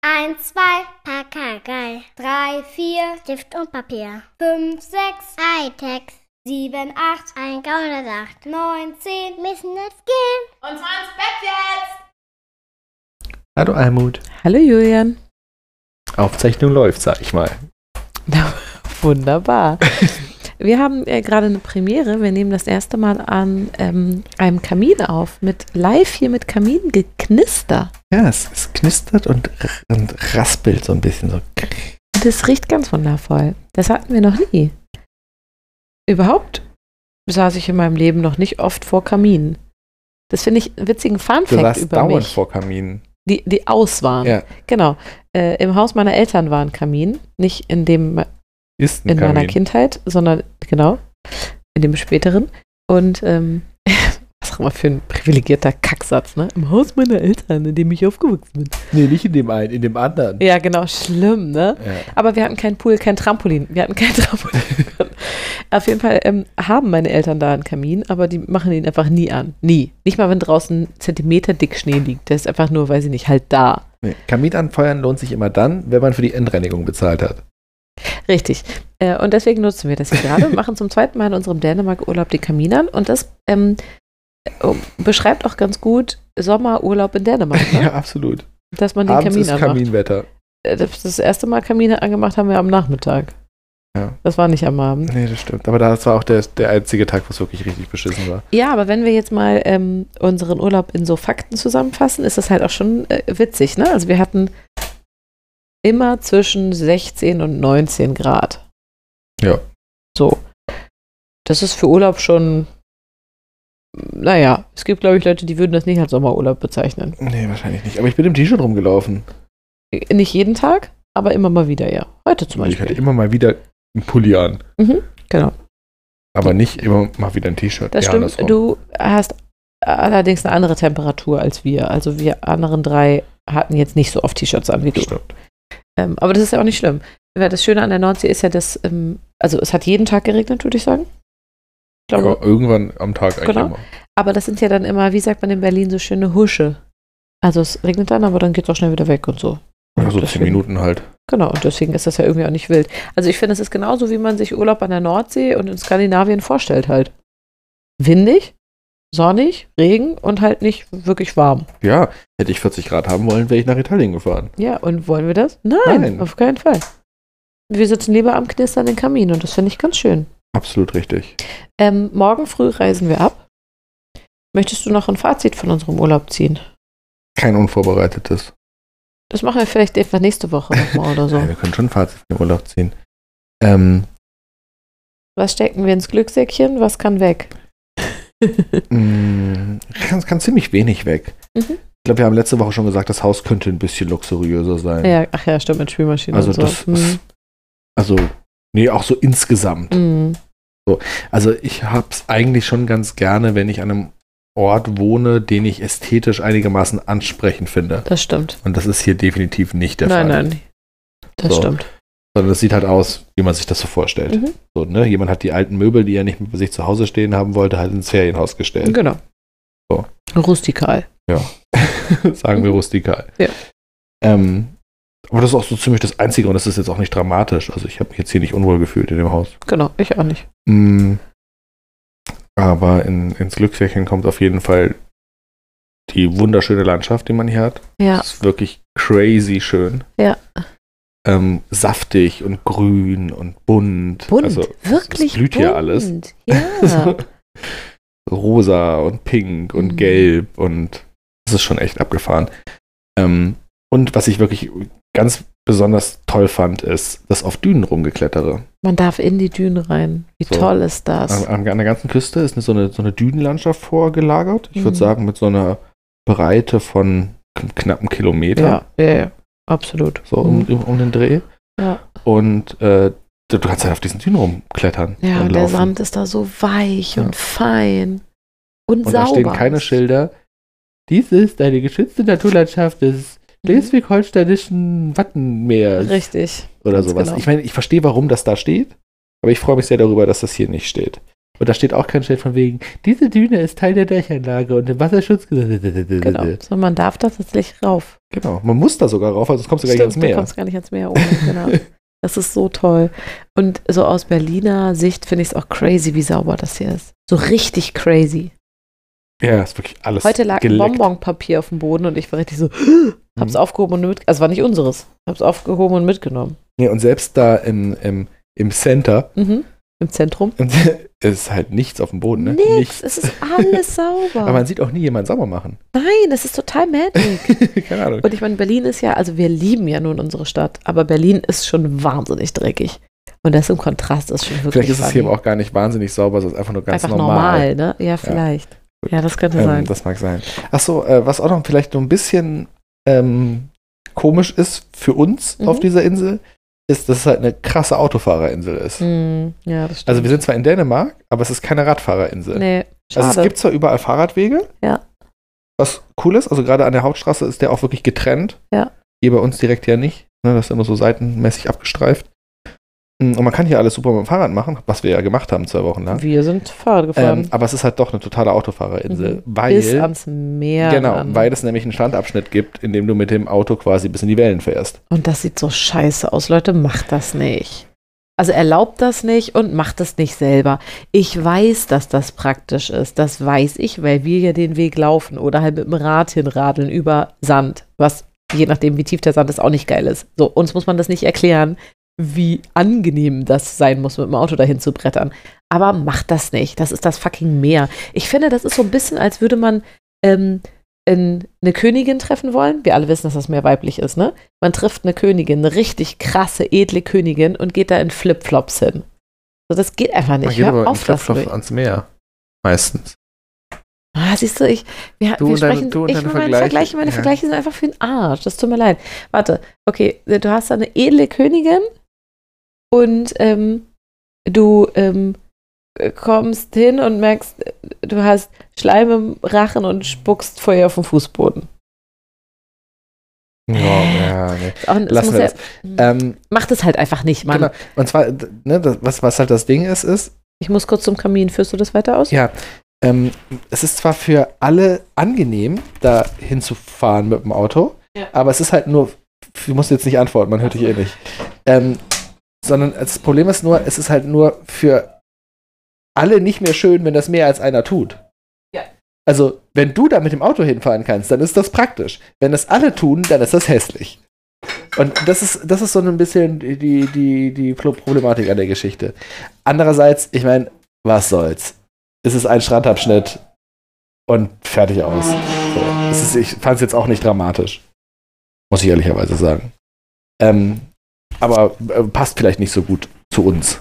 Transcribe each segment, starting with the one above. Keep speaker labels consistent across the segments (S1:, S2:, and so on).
S1: Eins, zwei, Pakagei.
S2: Drei, vier,
S1: Stift und Papier.
S2: fünf, sechs,
S1: Hightech.
S2: sieben, acht,
S1: Ein Gaunersacht.
S2: neun, zehn.
S1: Müssen jetzt gehen.
S3: Und zwar ins Bett jetzt!
S4: Hallo Almut.
S5: Hallo Julian.
S4: Aufzeichnung läuft, sag ich mal.
S5: Na, Wunderbar. Wir haben äh, gerade eine Premiere. Wir nehmen das erste Mal an ähm, einem Kamin auf. Mit live hier mit Kamingeknister.
S4: Ja, es, es knistert und, und raspelt so ein bisschen. So.
S5: Und es riecht ganz wundervoll. Das hatten wir noch nie. Überhaupt saß ich in meinem Leben noch nicht oft vor Kaminen. Das finde ich einen witzigen
S4: Du
S5: Funfact
S4: saßt
S5: über
S4: dauernd
S5: mich.
S4: vor Kaminen.
S5: Die, die aus waren.
S4: Ja.
S5: Genau. Äh, Im Haus meiner Eltern war ein Kamin. Nicht in dem
S4: Ist ein
S5: in
S4: Kamin.
S5: meiner Kindheit, sondern genau, in dem späteren. Und ähm, was auch immer für ein privilegierter Kacksatz, ne? Im Haus meiner Eltern, in dem ich aufgewachsen bin.
S4: Nee, nicht in dem einen, in dem anderen.
S5: Ja, genau, schlimm, ne?
S4: Ja.
S5: Aber wir hatten keinen Pool, kein Trampolin. Wir hatten kein Trampolin. Auf jeden Fall ähm, haben meine Eltern da einen Kamin, aber die machen ihn einfach nie an. Nie. Nicht mal, wenn draußen Zentimeter dick Schnee liegt. Der ist einfach nur, weiß ich nicht, halt da.
S4: Nee, Kamin anfeuern lohnt sich immer dann, wenn man für die Endreinigung bezahlt hat.
S5: Richtig. Äh, und deswegen nutzen wir das hier gerade und machen zum zweiten Mal in unserem Dänemark-Urlaub die Kaminern. Und das ähm, äh, beschreibt auch ganz gut Sommerurlaub in Dänemark, ne?
S4: Ja, absolut.
S5: dass man den
S4: Abends
S5: Kamin
S4: ist
S5: anmacht.
S4: Kaminwetter.
S5: Äh, Das, das erste Mal Kamine angemacht haben wir am Nachmittag.
S4: Ja.
S5: Das war nicht am Abend.
S4: Nee, das stimmt. Aber das war auch der, der einzige Tag, wo es wirklich richtig beschissen war.
S5: Ja, aber wenn wir jetzt mal ähm, unseren Urlaub in so Fakten zusammenfassen, ist das halt auch schon äh, witzig. Ne? Also wir hatten immer zwischen 16 und 19 Grad.
S4: Ja.
S5: So. Das ist für Urlaub schon, naja, es gibt, glaube ich, Leute, die würden das nicht als Sommerurlaub bezeichnen.
S4: Nee, wahrscheinlich nicht. Aber ich bin im T-Shirt rumgelaufen.
S5: Äh, Nicht jeden Tag, aber immer mal wieder, ja. Heute zum
S4: Ich
S5: Beispiel.
S4: hatte immer mal wieder einen Pulli an.
S5: Mhm, genau.
S4: Aber nicht immer mal wieder ein T-Shirt.
S5: Das
S4: Eher
S5: stimmt,
S4: andersrum.
S5: du hast allerdings eine andere Temperatur als wir. Also wir anderen drei hatten jetzt nicht so oft T-Shirts an wie du.
S4: Das stimmt.
S5: Ähm, aber das ist ja auch nicht schlimm. Weil das Schöne an der Nordsee ist ja, dass, ähm, also es hat jeden Tag geregnet, würde ich sagen. Ich glaube.
S4: Ja, irgendwann am Tag eigentlich
S5: Genau.
S4: immer.
S5: Aber das sind ja dann immer, wie sagt man in Berlin, so schöne Husche. Also es regnet dann, aber dann geht es auch schnell wieder weg und so.
S4: Ja, so
S5: Das
S4: zehn
S5: stimmt.
S4: Minuten halt.
S5: Genau, und deswegen ist das ja irgendwie auch nicht wild. Also ich finde, es ist genauso, wie man sich Urlaub an der Nordsee und in Skandinavien vorstellt halt. Windig, sonnig, Regen und halt nicht wirklich warm.
S4: Ja, hätte ich 40 Grad haben wollen, wäre ich nach Italien gefahren.
S5: Ja, und wollen wir das? Nein,
S4: Nein.
S5: auf keinen Fall. Wir sitzen lieber am knisternden Kamin und das finde ich ganz schön.
S4: Absolut richtig.
S5: Ähm, morgen früh reisen wir ab. Möchtest du noch ein Fazit von unserem Urlaub ziehen?
S4: Kein unvorbereitetes.
S5: Das machen wir vielleicht etwa nächste Woche nochmal oder so.
S4: Ja, wir können schon ein Fazit von dem Urlaub ziehen. Ähm,
S5: Was stecken wir ins Glückssäckchen? Was kann weg?
S4: mh, mm, kann, kann ziemlich wenig weg.
S5: Mhm.
S4: Ich glaube, wir haben letzte Woche schon gesagt, das Haus könnte ein bisschen luxuriöser sein.
S5: ja, ach ja, stimmt, mit Spülmaschine
S4: also
S5: und so.
S4: das
S5: Hm.
S4: ist, also, nee, auch so insgesamt.
S5: Mhm.
S4: Also ich habe es eigentlich schon ganz gerne, wenn ich an einem Ort wohne, den ich ästhetisch einigermaßen ansprechend finde.
S5: Das stimmt.
S4: Und das ist hier definitiv nicht der
S5: nein,
S4: Fall.
S5: nein. Das
S4: So.
S5: stimmt.
S4: Sondern das sieht halt aus, wie man sich das so vorstellt.
S5: Mhm.
S4: So, ne? Jemand hat die alten Möbel, die er nicht mehr bei sich zu Hause stehen haben wollte, halt ins Ferienhaus gestellt.
S5: Genau.
S4: So.
S5: Rustikal.
S4: Sagen wir rustikal.
S5: Ja.
S4: Ähm, aber das ist auch so ziemlich das Einzige und das ist jetzt auch nicht dramatisch. Also ich habe mich jetzt hier nicht unwohl gefühlt in dem Haus.
S5: Genau, ich auch nicht.
S4: Mm. Aber in, ins Glückssäckchen kommt auf jeden Fall die wunderschöne Landschaft, die man hier hat.
S5: Ja,
S4: Das ist wirklich crazy schön.
S5: Ja.
S4: Ähm, saftig und grün und bunt.
S5: bunt.
S4: Also,
S5: wirklich
S4: es blüht
S5: bunt.
S4: hier alles.
S5: Ja.
S4: Rosa und pink und
S5: Mhm.
S4: gelb und das ist schon echt abgefahren. Ähm, und was ich wirklich ganz besonders toll fand, ist das auf Dünen rumgeklettere.
S5: Man darf in die Dünen rein. Wie
S4: So. Ah,
S5: toll ist
S4: An,
S5: das?
S4: an, an der ganzen Küste ist so eine, so eine Dünenlandschaft vorgelagert. Ich würde
S5: Mhm.
S4: sagen, mit so einer Breite von kn- knappen Kilometer.
S5: Ja, ja, ja. Absolut.
S4: so um,
S5: Mhm.
S4: um, um den Dreh.
S5: Ja.
S4: Und äh, du, du kannst halt auf diesen Dünen rumklettern.
S5: Ja,
S4: und
S5: und der
S4: laufen.
S5: Sand ist da so weich
S4: Ja.
S5: und fein und,
S4: Und
S5: sauber.
S4: da stehen keine Schilder. Dies ist eine geschützte Naturlandschaft des
S5: Mhm.
S4: schleswig-holsteinischen Wattenmeers
S5: Richtig.
S4: oder
S5: ganz
S4: sowas.
S5: genau.
S4: Ich meine, ich verstehe, warum das da steht, aber ich freue mich sehr darüber, dass das hier nicht steht. Und da steht auch kein Schild von wegen, diese Düne ist Teil der Dächernlage und dem Wasserschutz.
S5: Genau.
S4: Genau.
S5: So, man darf da tatsächlich rauf.
S4: genau. Man muss da sogar rauf, sonst kommst du gar nicht
S5: Stimmt,
S4: ins Meer.
S5: Du kommst gar nicht ans Meer oben, genau. Das ist so toll. Und so aus Berliner Sicht finde ich es auch crazy, wie sauber das hier ist. So richtig crazy.
S4: Ja, ist wirklich alles.
S5: Heute lag ein
S4: geleckt. Mhm.
S5: Bonbonpapier auf dem Boden und ich war richtig so, hab's aufgehoben und mitgenommen. Also war nicht unseres. Hab's aufgehoben und mitgenommen.
S4: Nee, und selbst da im, im, im Center
S5: Mhm. Im Zentrum.
S4: ist halt nichts auf dem Boden. Ne?
S5: Nix. Es ist alles sauber.
S4: Aber man sieht auch nie jemanden sauber machen.
S5: Nein, es ist total magic.
S4: Keine Ahnung.
S5: Und ich meine, Berlin ist ja, also wir lieben ja nun unsere Stadt, aber Berlin ist schon wahnsinnig dreckig. Und das im Kontrast ist schon wirklich
S4: Vielleicht ist es hier
S5: funny.
S4: aber auch gar nicht wahnsinnig sauber, sondern einfach nur ganz
S5: einfach
S4: normal.
S5: normal. ne? Ja, vielleicht. Ja, das könnte
S4: Ähm,
S5: sein.
S4: das mag sein. Achso, äh, was auch noch vielleicht noch ein bisschen ähm, komisch ist für uns
S5: Mhm.
S4: auf dieser Insel, ist, dass es halt eine krasse Autofahrerinsel ist.
S5: Hm, ja, das stimmt.
S4: Also wir sind zwar in Dänemark, aber es ist keine Radfahrerinsel.
S5: Nee, schade.
S4: also es gibt zwar überall Fahrradwege,
S5: Ja.
S4: was cool ist, also gerade an der Hauptstraße ist der auch wirklich getrennt.
S5: Ja.
S4: Hier bei uns direkt ja nicht. Ne, das ist immer so seitenmäßig abgestreift. Mm, Und man kann hier alles super mit dem Fahrrad machen, was wir ja gemacht haben zwei Wochen lang.
S5: wir sind Fahrrad gefahren.
S4: ne? Ähm, aber es ist halt doch eine totale Autofahrerinsel,
S5: Mhm.
S4: weil
S5: Bis ans Meer.
S4: Genau,
S5: ran.
S4: weil es nämlich einen Strandabschnitt gibt, in dem du mit dem Auto quasi bis in die Wellen fährst.
S5: Und das sieht so scheiße aus. Leute, macht das nicht. Also erlaubt das nicht und macht es nicht selber. Ich weiß, dass das praktisch ist. Das weiß ich, weil wir ja den Weg laufen oder halt mit dem Rad hinradeln über Sand, was je nachdem, wie tief der Sand ist, auch nicht geil ist. So, uns muss man das nicht erklären, wie angenehm das sein muss, mit dem Auto dahin zu brettern. Aber macht das nicht. Das ist das fucking Meer. Ich finde, das ist so ein bisschen, als würde man ähm, in eine Königin treffen wollen. Wir alle wissen, dass das Meer weiblich ist, ne? man trifft eine Königin, eine richtig krasse, edle Königin und geht da in Flipflops hin. So, das geht einfach nicht. Hör auf, das durch.
S4: ans Meer. Meistens.
S5: Ah, siehst du, ich, wir,
S4: Du
S5: wir
S4: und deine-
S5: sprechen,
S4: du und
S5: ich
S4: deine
S5: und meine
S4: Vergleiche.
S5: Vergleiche, meine
S4: Ja.
S5: Vergleiche sind einfach für den Arsch. Das tut mir leid. Warte, okay, du hast da eine edle Königin und ähm, du ähm, kommst hin und merkst, du hast Schleim im Rachen und spuckst Feuer vom Fußboden.
S4: Ja, ja, nee.
S5: Ist Auch, das
S4: Lassen
S5: muss
S4: wir
S5: ja,
S4: das. Ähm,
S5: Macht es halt einfach nicht, Mann.
S4: genau. Und zwar, d- ne, das, was, was halt das Ding ist, ist,
S5: Ich muss kurz zum Kamin. Führst du das weiter aus?
S4: ja, ähm, es ist zwar für alle angenehm, da hinzufahren mit dem Auto,
S5: Ja.
S4: aber es ist halt nur, du musst jetzt nicht antworten, man hört dich eh nicht. Ähm, sondern das Problem ist nur, es ist halt nur für alle nicht mehr schön, wenn das mehr als einer tut.
S5: Ja.
S4: Also, wenn du da mit dem Auto hinfahren kannst, dann ist das praktisch. Wenn das alle tun, dann ist das hässlich. Und das ist, das ist so ein bisschen die, die, die, die Pro- Problematik an der Geschichte. Andererseits, ich meine, was soll's? Es ist ein Strandabschnitt und fertig aus. So. Es ist, ich fand es jetzt auch nicht dramatisch. Muss ich ehrlicherweise sagen. Ähm, aber äh, passt vielleicht nicht so gut zu uns.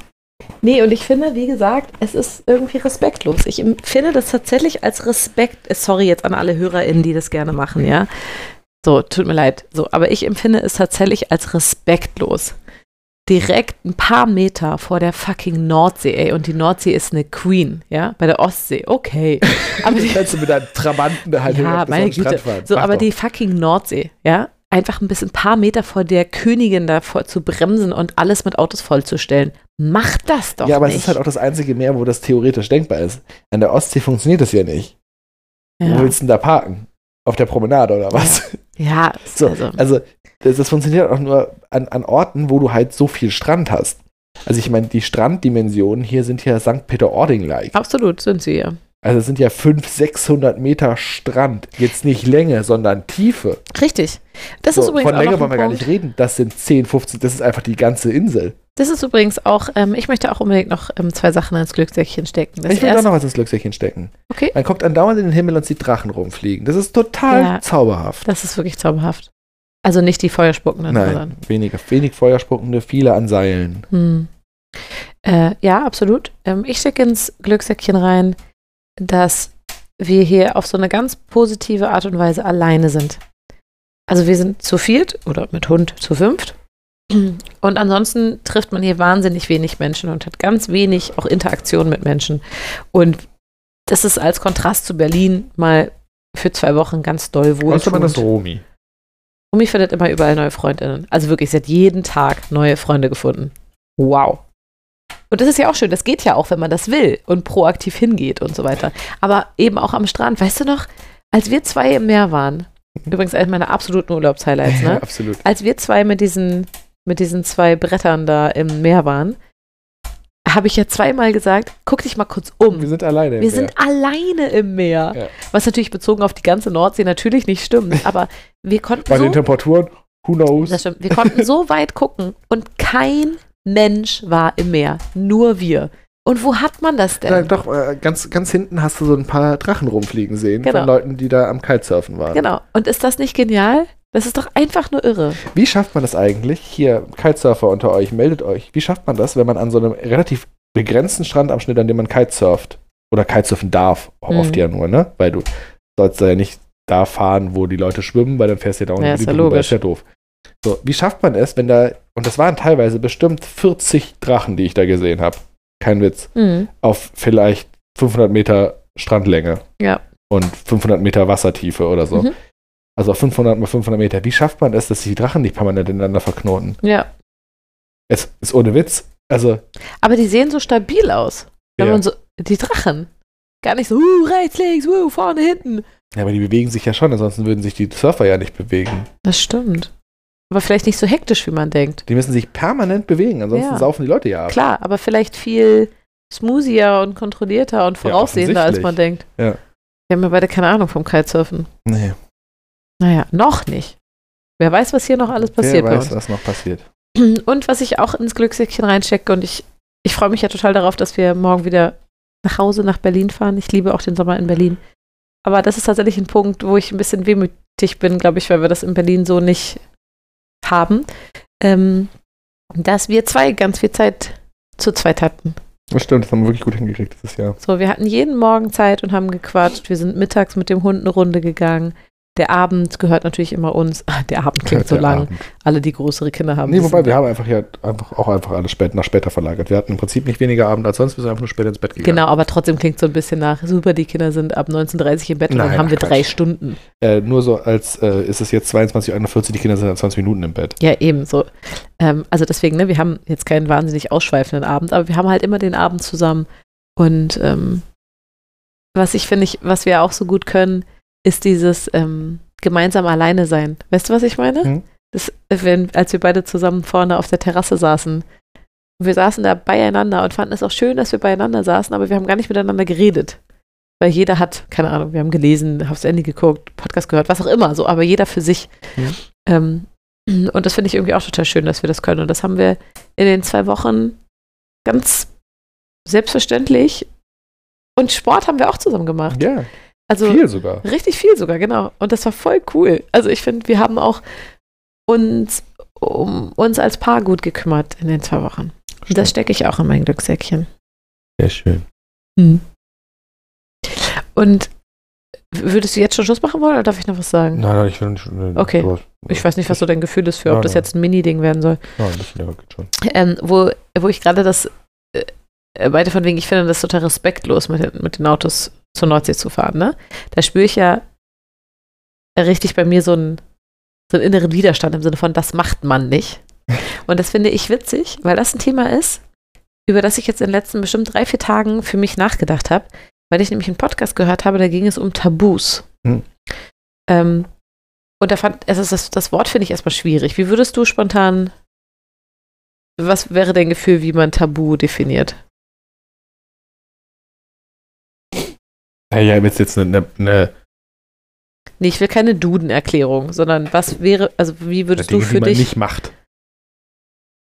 S5: Nee, und ich finde, wie gesagt, es ist irgendwie respektlos. Ich empfinde das tatsächlich als Respekt. äh, Sorry jetzt an alle HörerInnen, die das gerne machen, ja. So, tut mir leid. So, aber ich empfinde es tatsächlich als respektlos. Direkt ein paar Meter vor der fucking Nordsee, ey. Und die Nordsee ist eine Queen, ja. Bei der Ostsee, okay. Aber die,
S4: kannst du mit deinen Trabanten halt
S5: ja, meine Güte. So, aber die fucking Nordsee, ja, einfach ein bisschen ein paar Meter vor der Königin davor zu bremsen und alles mit Autos vollzustellen. Macht das doch
S4: Ja, aber
S5: nicht.
S4: es ist halt auch das einzige Meer, wo das theoretisch denkbar ist. An der Ostsee funktioniert das ja nicht. Wo
S5: ja.
S4: willst du denn da parken? Auf der Promenade oder was?
S5: ja,
S4: So,
S5: also,
S4: also das, das funktioniert auch nur an, an Orten, wo du halt so viel Strand hast. Also ich meine, die Stranddimensionen hier sind ja St. Peter-Ording-like.
S5: absolut sind sie ja.
S4: Also es sind ja 500, 600 Meter Strand. Jetzt nicht Länge, sondern Tiefe.
S5: Richtig. Das ist
S4: So,
S5: übrigens
S4: von
S5: auch
S4: Länge
S5: noch
S4: wollen wir
S5: ein
S4: gar
S5: Punkt.
S4: nicht reden. Das sind 10, 15, das ist einfach die ganze Insel.
S5: Das ist übrigens auch, ähm, ich möchte auch unbedingt noch ähm, zwei Sachen ins Glückssäckchen stecken. Das
S4: ich will
S5: erste,
S4: doch noch was ins Glückssäckchen stecken.
S5: okay,
S4: Man guckt andauernd in den Himmel und sieht Drachen rumfliegen. Das ist total
S5: Ja.
S4: zauberhaft.
S5: das ist wirklich zauberhaft. Also nicht die Feuerspuckenden, sondern.
S4: Nein, weniger, wenig Feuerspuckende, viele an Seilen.
S5: Hm. Äh, ja, absolut. Ähm, ich stecke ins Glückssäckchen rein, dass wir hier auf so eine ganz positive Art und Weise alleine sind. Also wir sind zu viert oder mit Hund zu fünft. Und ansonsten trifft man hier wahnsinnig wenig Menschen und hat ganz wenig auch Interaktion mit Menschen. Und das ist als Kontrast zu Berlin mal für zwei Wochen ganz doll wohltuend.
S4: Romi.
S5: Omi findet immer überall neue Freundinnen. Also wirklich, sie hat jeden Tag neue Freunde gefunden. Wow. Und das ist ja auch schön, das geht ja auch, wenn man das will und proaktiv hingeht und so weiter. Aber eben auch am Strand, weißt du noch, als wir zwei im Meer waren, übrigens eines meiner absoluten Urlaubshighlights, ne?
S4: Ja, absolut.
S5: als wir zwei mit diesen, mit diesen zwei Brettern da im Meer waren, habe ich ja zweimal gesagt, guck dich mal kurz um.
S4: Wir sind alleine. im
S5: Wir
S4: Meer.
S5: sind alleine im Meer.
S4: Ja.
S5: Was natürlich bezogen auf die ganze Nordsee natürlich nicht stimmt, aber wir konnten
S4: Bei
S5: so
S4: den Temperaturen, who knows?
S5: das stimmt. Wir konnten so weit gucken und kein Mensch war im Meer. Nur wir. Und wo hat man das denn?
S4: Ja, doch, äh, ganz, ganz hinten hast du so ein paar Drachen rumfliegen sehen
S5: Genau.
S4: von Leuten, die da am Kitesurfen waren.
S5: Genau. Und ist das nicht genial? Das ist doch einfach nur irre.
S4: Wie schafft man das eigentlich? Hier, Kitesurfer unter euch, meldet euch. Wie schafft man das, wenn man an so einem relativ begrenzten Strand abschnitt, an dem man kitesurft? Oder kitesurfen darf,
S5: Mhm.
S4: oft ja nur, ne? Weil du sollst da ja nicht da fahren, wo die Leute schwimmen, weil dann fährst du ja da unten
S5: Ja,
S4: über
S5: ist
S4: die
S5: ja
S4: drüber,
S5: logisch.
S4: ist ja doof. So, wie schafft man es, wenn da, und das waren teilweise bestimmt 40 Drachen, die ich da gesehen habe. Kein Witz.
S5: Mhm.
S4: auf vielleicht 500 Meter Strandlänge.
S5: Ja.
S4: Und 500 Meter Wassertiefe oder so.
S5: Mhm.
S4: Also auf 500 mal 500 Meter. Wie schafft man es, dass sich die Drachen nicht permanent ineinander verknoten?
S5: Ja.
S4: Es ist ohne Witz. Also,
S5: Aber die sehen so stabil aus. Wenn
S4: ja.
S5: man so, die Drachen. Gar nicht so, uh, rechts, links, uh, vorne, hinten.
S4: ja, aber die bewegen sich ja schon, ansonsten würden sich die Surfer ja nicht bewegen.
S5: Das stimmt. Aber vielleicht nicht so hektisch, wie man denkt.
S4: Die müssen sich permanent bewegen, ansonsten
S5: Ja.
S4: saufen die Leute ja ab.
S5: Klar, aber vielleicht viel smoothier und kontrollierter und voraussehender, als
S4: offensichtlich.
S5: man denkt.
S4: Ja.
S5: Wir haben ja beide keine Ahnung vom Kitesurfen.
S4: Nee.
S5: Naja, noch nicht. Wer weiß, was hier noch alles
S4: Wer
S5: passiert bei
S4: weiß,
S5: uns.
S4: was noch passiert.
S5: Und was ich auch ins Glückssäckchen reinstecke und ich, ich freue mich ja total darauf, dass wir morgen wieder nach Hause nach Berlin fahren. Ich liebe auch den Sommer in Berlin. Aber das ist tatsächlich ein Punkt, wo ich ein bisschen wehmütig bin, glaube ich, weil wir das in Berlin so nicht haben, ähm, dass wir zwei ganz viel Zeit zu zweit hatten.
S4: Das stimmt, das haben wir wirklich gut hingekriegt dieses Jahr.
S5: So, wir hatten jeden Morgen Zeit und haben gequatscht. Wir sind mittags mit dem Hund eine Runde gegangen. Der Abend gehört natürlich immer uns. Der Abend klingt so
S4: Der
S5: lang.
S4: Abend.
S5: Alle, die größere Kinder haben.
S4: Nee,
S5: wissen-
S4: wobei, wir haben einfach ja einfach, auch einfach alles spät, nach später verlagert. Wir hatten im Prinzip nicht weniger Abend als sonst, wir sind einfach nur spät ins Bett gegangen.
S5: Genau, aber trotzdem klingt so ein bisschen nach, super, die Kinder sind ab 19.30 im Bett und
S4: Nein,
S5: dann haben wir
S4: ach,
S5: drei
S4: Quatsch.
S5: Stunden.
S4: Äh, nur so als äh, ist es jetzt 22.41 Uhr, die Kinder sind in 20 Minuten im Bett.
S5: Ja, eben so. Ähm, also deswegen, ne, wir haben jetzt keinen wahnsinnig ausschweifenden Abend, aber wir haben halt immer den Abend zusammen. Und ähm, was ich finde, ich, was wir auch so gut können, ist dieses ähm, gemeinsam alleine sein. Weißt du, was ich meine?
S4: Mhm.
S5: Das, äh, wenn, als wir beide zusammen vorne auf der Terrasse saßen. Wir saßen da beieinander und fanden es auch schön, dass wir beieinander saßen, aber wir haben gar nicht miteinander geredet. Weil jeder hat, keine Ahnung, wir haben gelesen, aufs Handy geguckt, Podcast gehört, was auch immer, so, aber jeder für sich.
S4: Mhm.
S5: Ähm, und das finde ich irgendwie auch total schön, dass wir das können. Und das haben wir in den zwei Wochen ganz selbstverständlich. Und Sport haben wir auch zusammen gemacht.
S4: Ja,
S5: Also
S4: viel sogar.
S5: richtig viel sogar, genau. Und das war voll cool. Also ich finde, wir haben auch uns um uns als Paar gut gekümmert in den zwei Wochen. Und das stecke ich auch in mein Glückssäckchen.
S4: Sehr schön.
S5: Und w- würdest du jetzt schon Schluss machen wollen oder darf ich noch was sagen?
S4: Nein, nein, ich will nicht. ne, Nein,
S5: Okay.
S4: sowas-
S5: Ich weiß nicht, was so dein Gefühl ist für,
S4: Ja,
S5: ob das
S4: ja.
S5: jetzt ein Mini-Ding werden soll.
S4: Nein, das ja, geht schon.
S5: ähm, wo, wo ich gerade das äh, äh, weiter von wegen, ich finde das total respektlos, mit, den- mit den Autos zur Nordsee zu fahren, ne? Da spüre ich ja richtig bei mir so einen, so einen inneren Widerstand im Sinne von, das macht man nicht. Und das finde ich witzig, weil das ein Thema ist, über das ich jetzt in den letzten bestimmt drei, vier Tagen für mich nachgedacht habe, weil ich nämlich einen Podcast gehört habe, da ging es um Tabus.
S4: Hm.
S5: Ähm, und da fand, also das, das Wort finde ich erstmal schwierig. Wie würdest du spontan was wäre dein Gefühl, wie man Tabu definiert?
S4: Naja, wenn es jetzt eine, eine, eine
S5: Nee, ich will keine Duden-Erklärung, sondern was wäre, also wie würdest
S4: Dinge,
S5: du für
S4: die man
S5: dich
S4: nicht macht.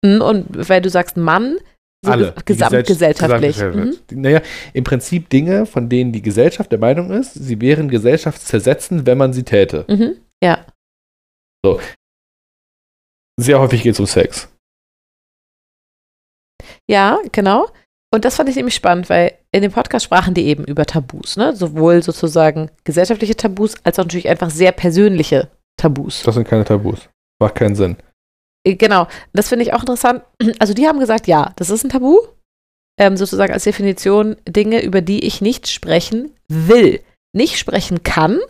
S5: Hm, und weil du sagst Mann, so
S4: Alle.
S5: ges-
S4: Die
S5: gesamtgesellschaftlich. Mhm.
S4: Gesamtgesellschaft. Naja, im Prinzip Dinge, von denen die Gesellschaft der Meinung ist, sie wären gesellschaftszersetzend, wenn man sie täte.
S5: Mhm. Ja,
S4: Sehr häufig geht es um Sex.
S5: ja, genau. Und das fand ich nämlich spannend, weil in dem Podcast sprachen die eben über Tabus, ne? Sowohl sozusagen gesellschaftliche Tabus als auch natürlich einfach sehr persönliche Tabus.
S4: Das sind keine Tabus. Macht keinen Sinn.
S5: Äh, Genau, das finde ich auch interessant. Also die haben gesagt, ja, das ist ein Tabu. Ähm, sozusagen als Definition Dinge, über die ich nicht sprechen will. Nicht sprechen kann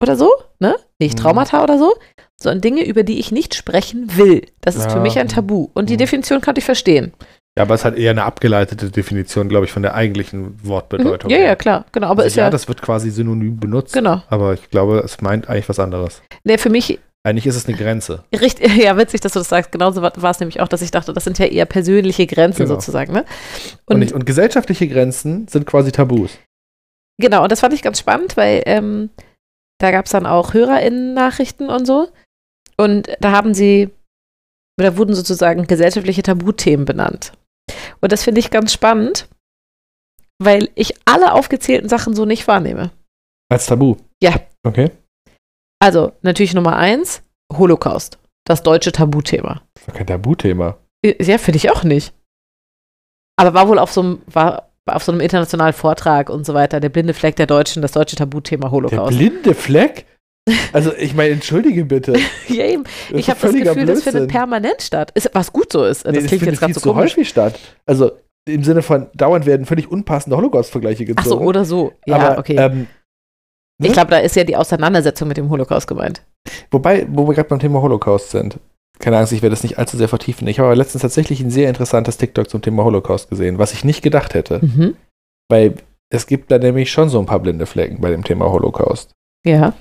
S5: oder so, ne? Nicht
S4: Mhm.
S5: Traumata oder so, sondern Dinge, über die ich nicht sprechen will. Das ist
S4: Ja.
S5: für mich ein Tabu. Und die
S4: Mhm.
S5: Definition konnte ich verstehen. Mhm.
S3: Ja, aber es hat eher eine abgeleitete Definition, glaube ich, von der eigentlichen Wortbedeutung.
S5: Ja, ja,
S3: her.
S5: klar. Genau, aber
S3: also,
S5: ist ja.
S3: das wird quasi synonym benutzt.
S5: genau.
S3: Aber ich glaube, es meint eigentlich was anderes.
S5: Nee, für mich
S3: Eigentlich ist es eine Grenze.
S5: Richtig, ja, witzig, dass du das sagst. Genauso war war es nämlich auch, dass ich dachte, das sind ja eher persönliche Grenzen
S3: Genau.
S5: sozusagen. Ne?
S3: Und,
S5: Und,
S3: nicht, und gesellschaftliche Grenzen sind quasi Tabus.
S5: genau, und das fand ich ganz spannend, weil ähm, da gab es dann auch HörerInnen-Nachrichten und so. Und da haben sie, oder wurden sozusagen gesellschaftliche Tabuthemen benannt. Und das finde ich ganz spannend, weil ich alle aufgezählten Sachen so nicht wahrnehme.
S3: Als Tabu.
S5: Ja.
S3: Okay.
S5: Also, natürlich Nummer eins, Holocaust. Das deutsche Tabuthema. Äh,
S3: Das ist doch kein Tabuthema.
S5: Ja, finde ich auch nicht. Aber war wohl auf so einem, war auf so einem internationalen Vortrag und so weiter, der blinde Fleck der Deutschen, das deutsche Tabuthema
S4: Der
S5: Holocaust.
S4: blinde Fleck? Also, ich meine, entschuldige bitte. Das
S5: Ja, eben.
S4: ist
S5: Ich habe das Gefühl,
S4: völliger
S5: das
S4: Blödsinn.
S5: findet permanent statt. Ist, was gut so ist.
S4: Nee,
S5: das klingt
S4: findet
S5: jetzt gerade
S4: viel
S5: so
S4: zu
S5: komisch.
S4: häufig statt. Also, im Sinne von, dauernd werden völlig unpassende Holocaust-Vergleiche
S5: Ach
S4: gezogen.
S5: so, oder so. Ja,
S4: Aber,
S5: okay.
S4: Ähm, ne?
S5: Ich glaube, da ist ja die Auseinandersetzung mit dem Holocaust gemeint.
S4: Wobei, wo wir gerade beim Thema Holocaust sind. Keine Angst, ich werde das nicht allzu sehr vertiefen. Ich habe aber letztens tatsächlich ein sehr interessantes TikTok zum Thema Holocaust gesehen, was ich nicht gedacht hätte.
S5: Mhm.
S4: Weil es gibt da nämlich schon so ein paar blinde Flecken bei dem Thema Holocaust.
S5: Ja.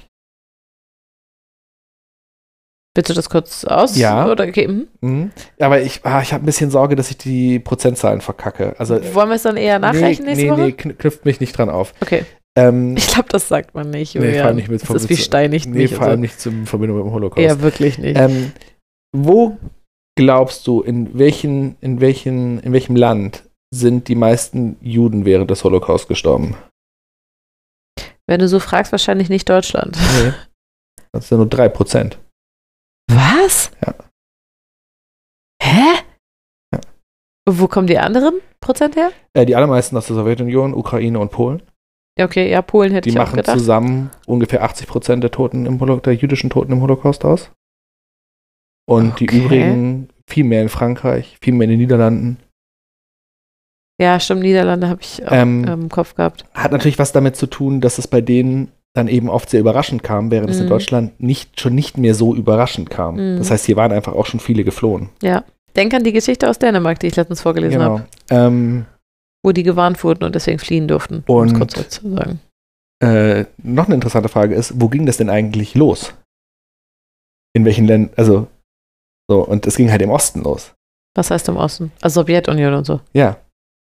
S5: Willst du das kurz aus?
S4: Ja.
S5: Oder, okay. mhm.
S4: Mhm. Aber ich, ah, ich habe ein bisschen Sorge, dass ich die Prozentzahlen verkacke. Also,
S5: Wollen wir es dann eher nachreichen
S4: nee,
S5: nächste
S4: nee,
S5: Woche?
S4: nee, kn- knüpft mich nicht dran auf.
S5: Okay.
S4: Ähm,
S5: Ich glaube, das sagt man nicht.
S4: Nee, vor
S5: Julian.
S4: allem nicht mit
S5: das ist wie
S4: Verwitz-
S5: steinig
S4: nee,
S5: nicht. also.
S4: vor allem nicht in Verbindung mit dem Holocaust.
S5: Ja, wirklich nicht.
S4: Ähm, wo glaubst du, in, welchen, in, welchen, in welchem Land sind die meisten Juden während des Holocaust gestorben?
S5: Wenn du so fragst, wahrscheinlich nicht Deutschland.
S4: Nee. Das sind nur 3%.
S5: Was?
S4: Ja.
S5: Hä?
S4: Ja.
S5: Wo kommen die anderen Prozent her?
S4: Äh, die allermeisten aus der Sowjetunion, Ukraine und Polen.
S5: Ja, okay, ja, Polen
S4: Die
S5: hätte ich auch
S4: machen
S5: gedacht.
S4: zusammen ungefähr 80% der, Toten im Holo der jüdischen Toten im Holocaust aus. Und die
S5: Okay.
S4: übrigen viel mehr in Frankreich, viel mehr in den Niederlanden.
S5: Ja, stimmt, Niederlande habe ich auch
S4: Ähm,
S5: ähm, im Kopf gehabt.
S4: Hat natürlich was damit zu tun, dass es bei denen dann eben oft sehr überraschend kam, während es in
S5: Mhm.
S4: Deutschland nicht, schon nicht mehr so überraschend kam.
S5: Mhm.
S4: Das heißt, hier waren einfach auch schon viele geflohen.
S5: Denk an die Geschichte aus Dänemark, die ich letztens vorgelesen habe,
S4: Ähm,
S5: wo die gewarnt wurden und deswegen fliehen durften. um es
S4: Und-
S5: kurz dazu zu sagen.
S4: äh, noch eine interessante Frage ist, wo ging das denn eigentlich los? In welchen Ländern, also so, und es ging halt im Osten los.
S5: Was heißt im Osten? Also Sowjetunion und so.
S4: Ja.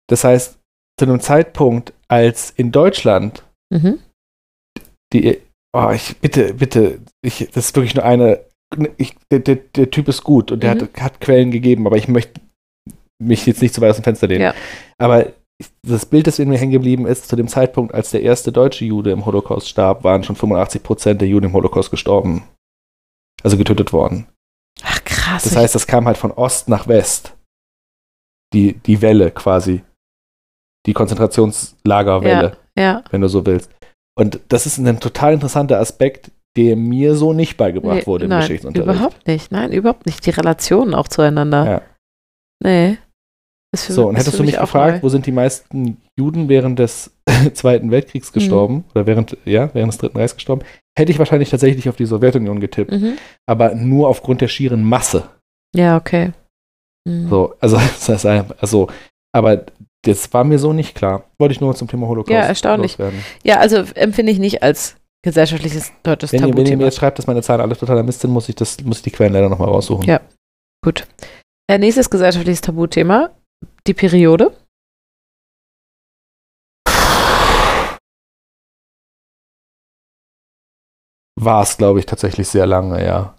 S4: Das heißt, zu einem Zeitpunkt, als in Deutschland
S5: Mhm.
S4: die oh, ich bitte, bitte, ich, das ist wirklich nur eine. Ich, der, der, der Typ ist gut und der
S5: Mhm.
S4: hat, hat Quellen gegeben, aber ich möchte mich jetzt nicht zu weit aus dem Fenster lehnen.
S5: Ja.
S4: Aber ich, das Bild, das in mir hängen geblieben ist, zu dem Zeitpunkt, als der erste deutsche Jude im Holocaust starb, waren schon 85 Prozent der Juden im Holocaust gestorben. Also getötet worden.
S5: Ach krass.
S4: Das heißt, das kam halt von Ost nach West. Die, die Welle quasi. Die Konzentrationslagerwelle
S5: ja,
S4: wenn du so willst. Und das ist ein total interessanter Aspekt, der mir so nicht beigebracht
S5: nee,
S4: wurde im
S5: nein,
S4: Geschichtsunterricht.
S5: überhaupt nicht. Nein, überhaupt nicht. Die Relationen auch zueinander.
S4: Ja.
S5: Nee. Ist für
S4: So, und
S5: ist
S4: hättest
S5: für
S4: du mich
S5: auch
S4: gefragt,
S5: neu.
S4: wo sind die meisten Juden während des Zweiten
S5: Mhm.
S4: Weltkriegs gestorben oder während, ja, während des Dritten Reichs gestorben, hätte ich wahrscheinlich tatsächlich auf die Sowjetunion getippt,
S5: Mhm.
S4: aber nur aufgrund der schieren Masse.
S5: Ja, okay. Mhm.
S4: So, also, das ist einfach, also, aber das war mir so nicht klar. Wollte ich nur zum Thema Holocaust.
S5: Ja, erstaunlich.
S4: loswerden.
S5: Ja, also empfinde ich nicht als gesellschaftliches deutsches
S4: Wenn ihr, wenn ihr mir
S5: Tabuthema.
S4: jetzt schreibt, dass meine Zahlen alle totaler Mist sind, muss ich, das, muss ich die Quellen leider nochmal raussuchen.
S5: Ja. Äh, nächstes gesellschaftliches Tabuthema, die Periode.
S4: War es, glaube ich, tatsächlich sehr lange, ja.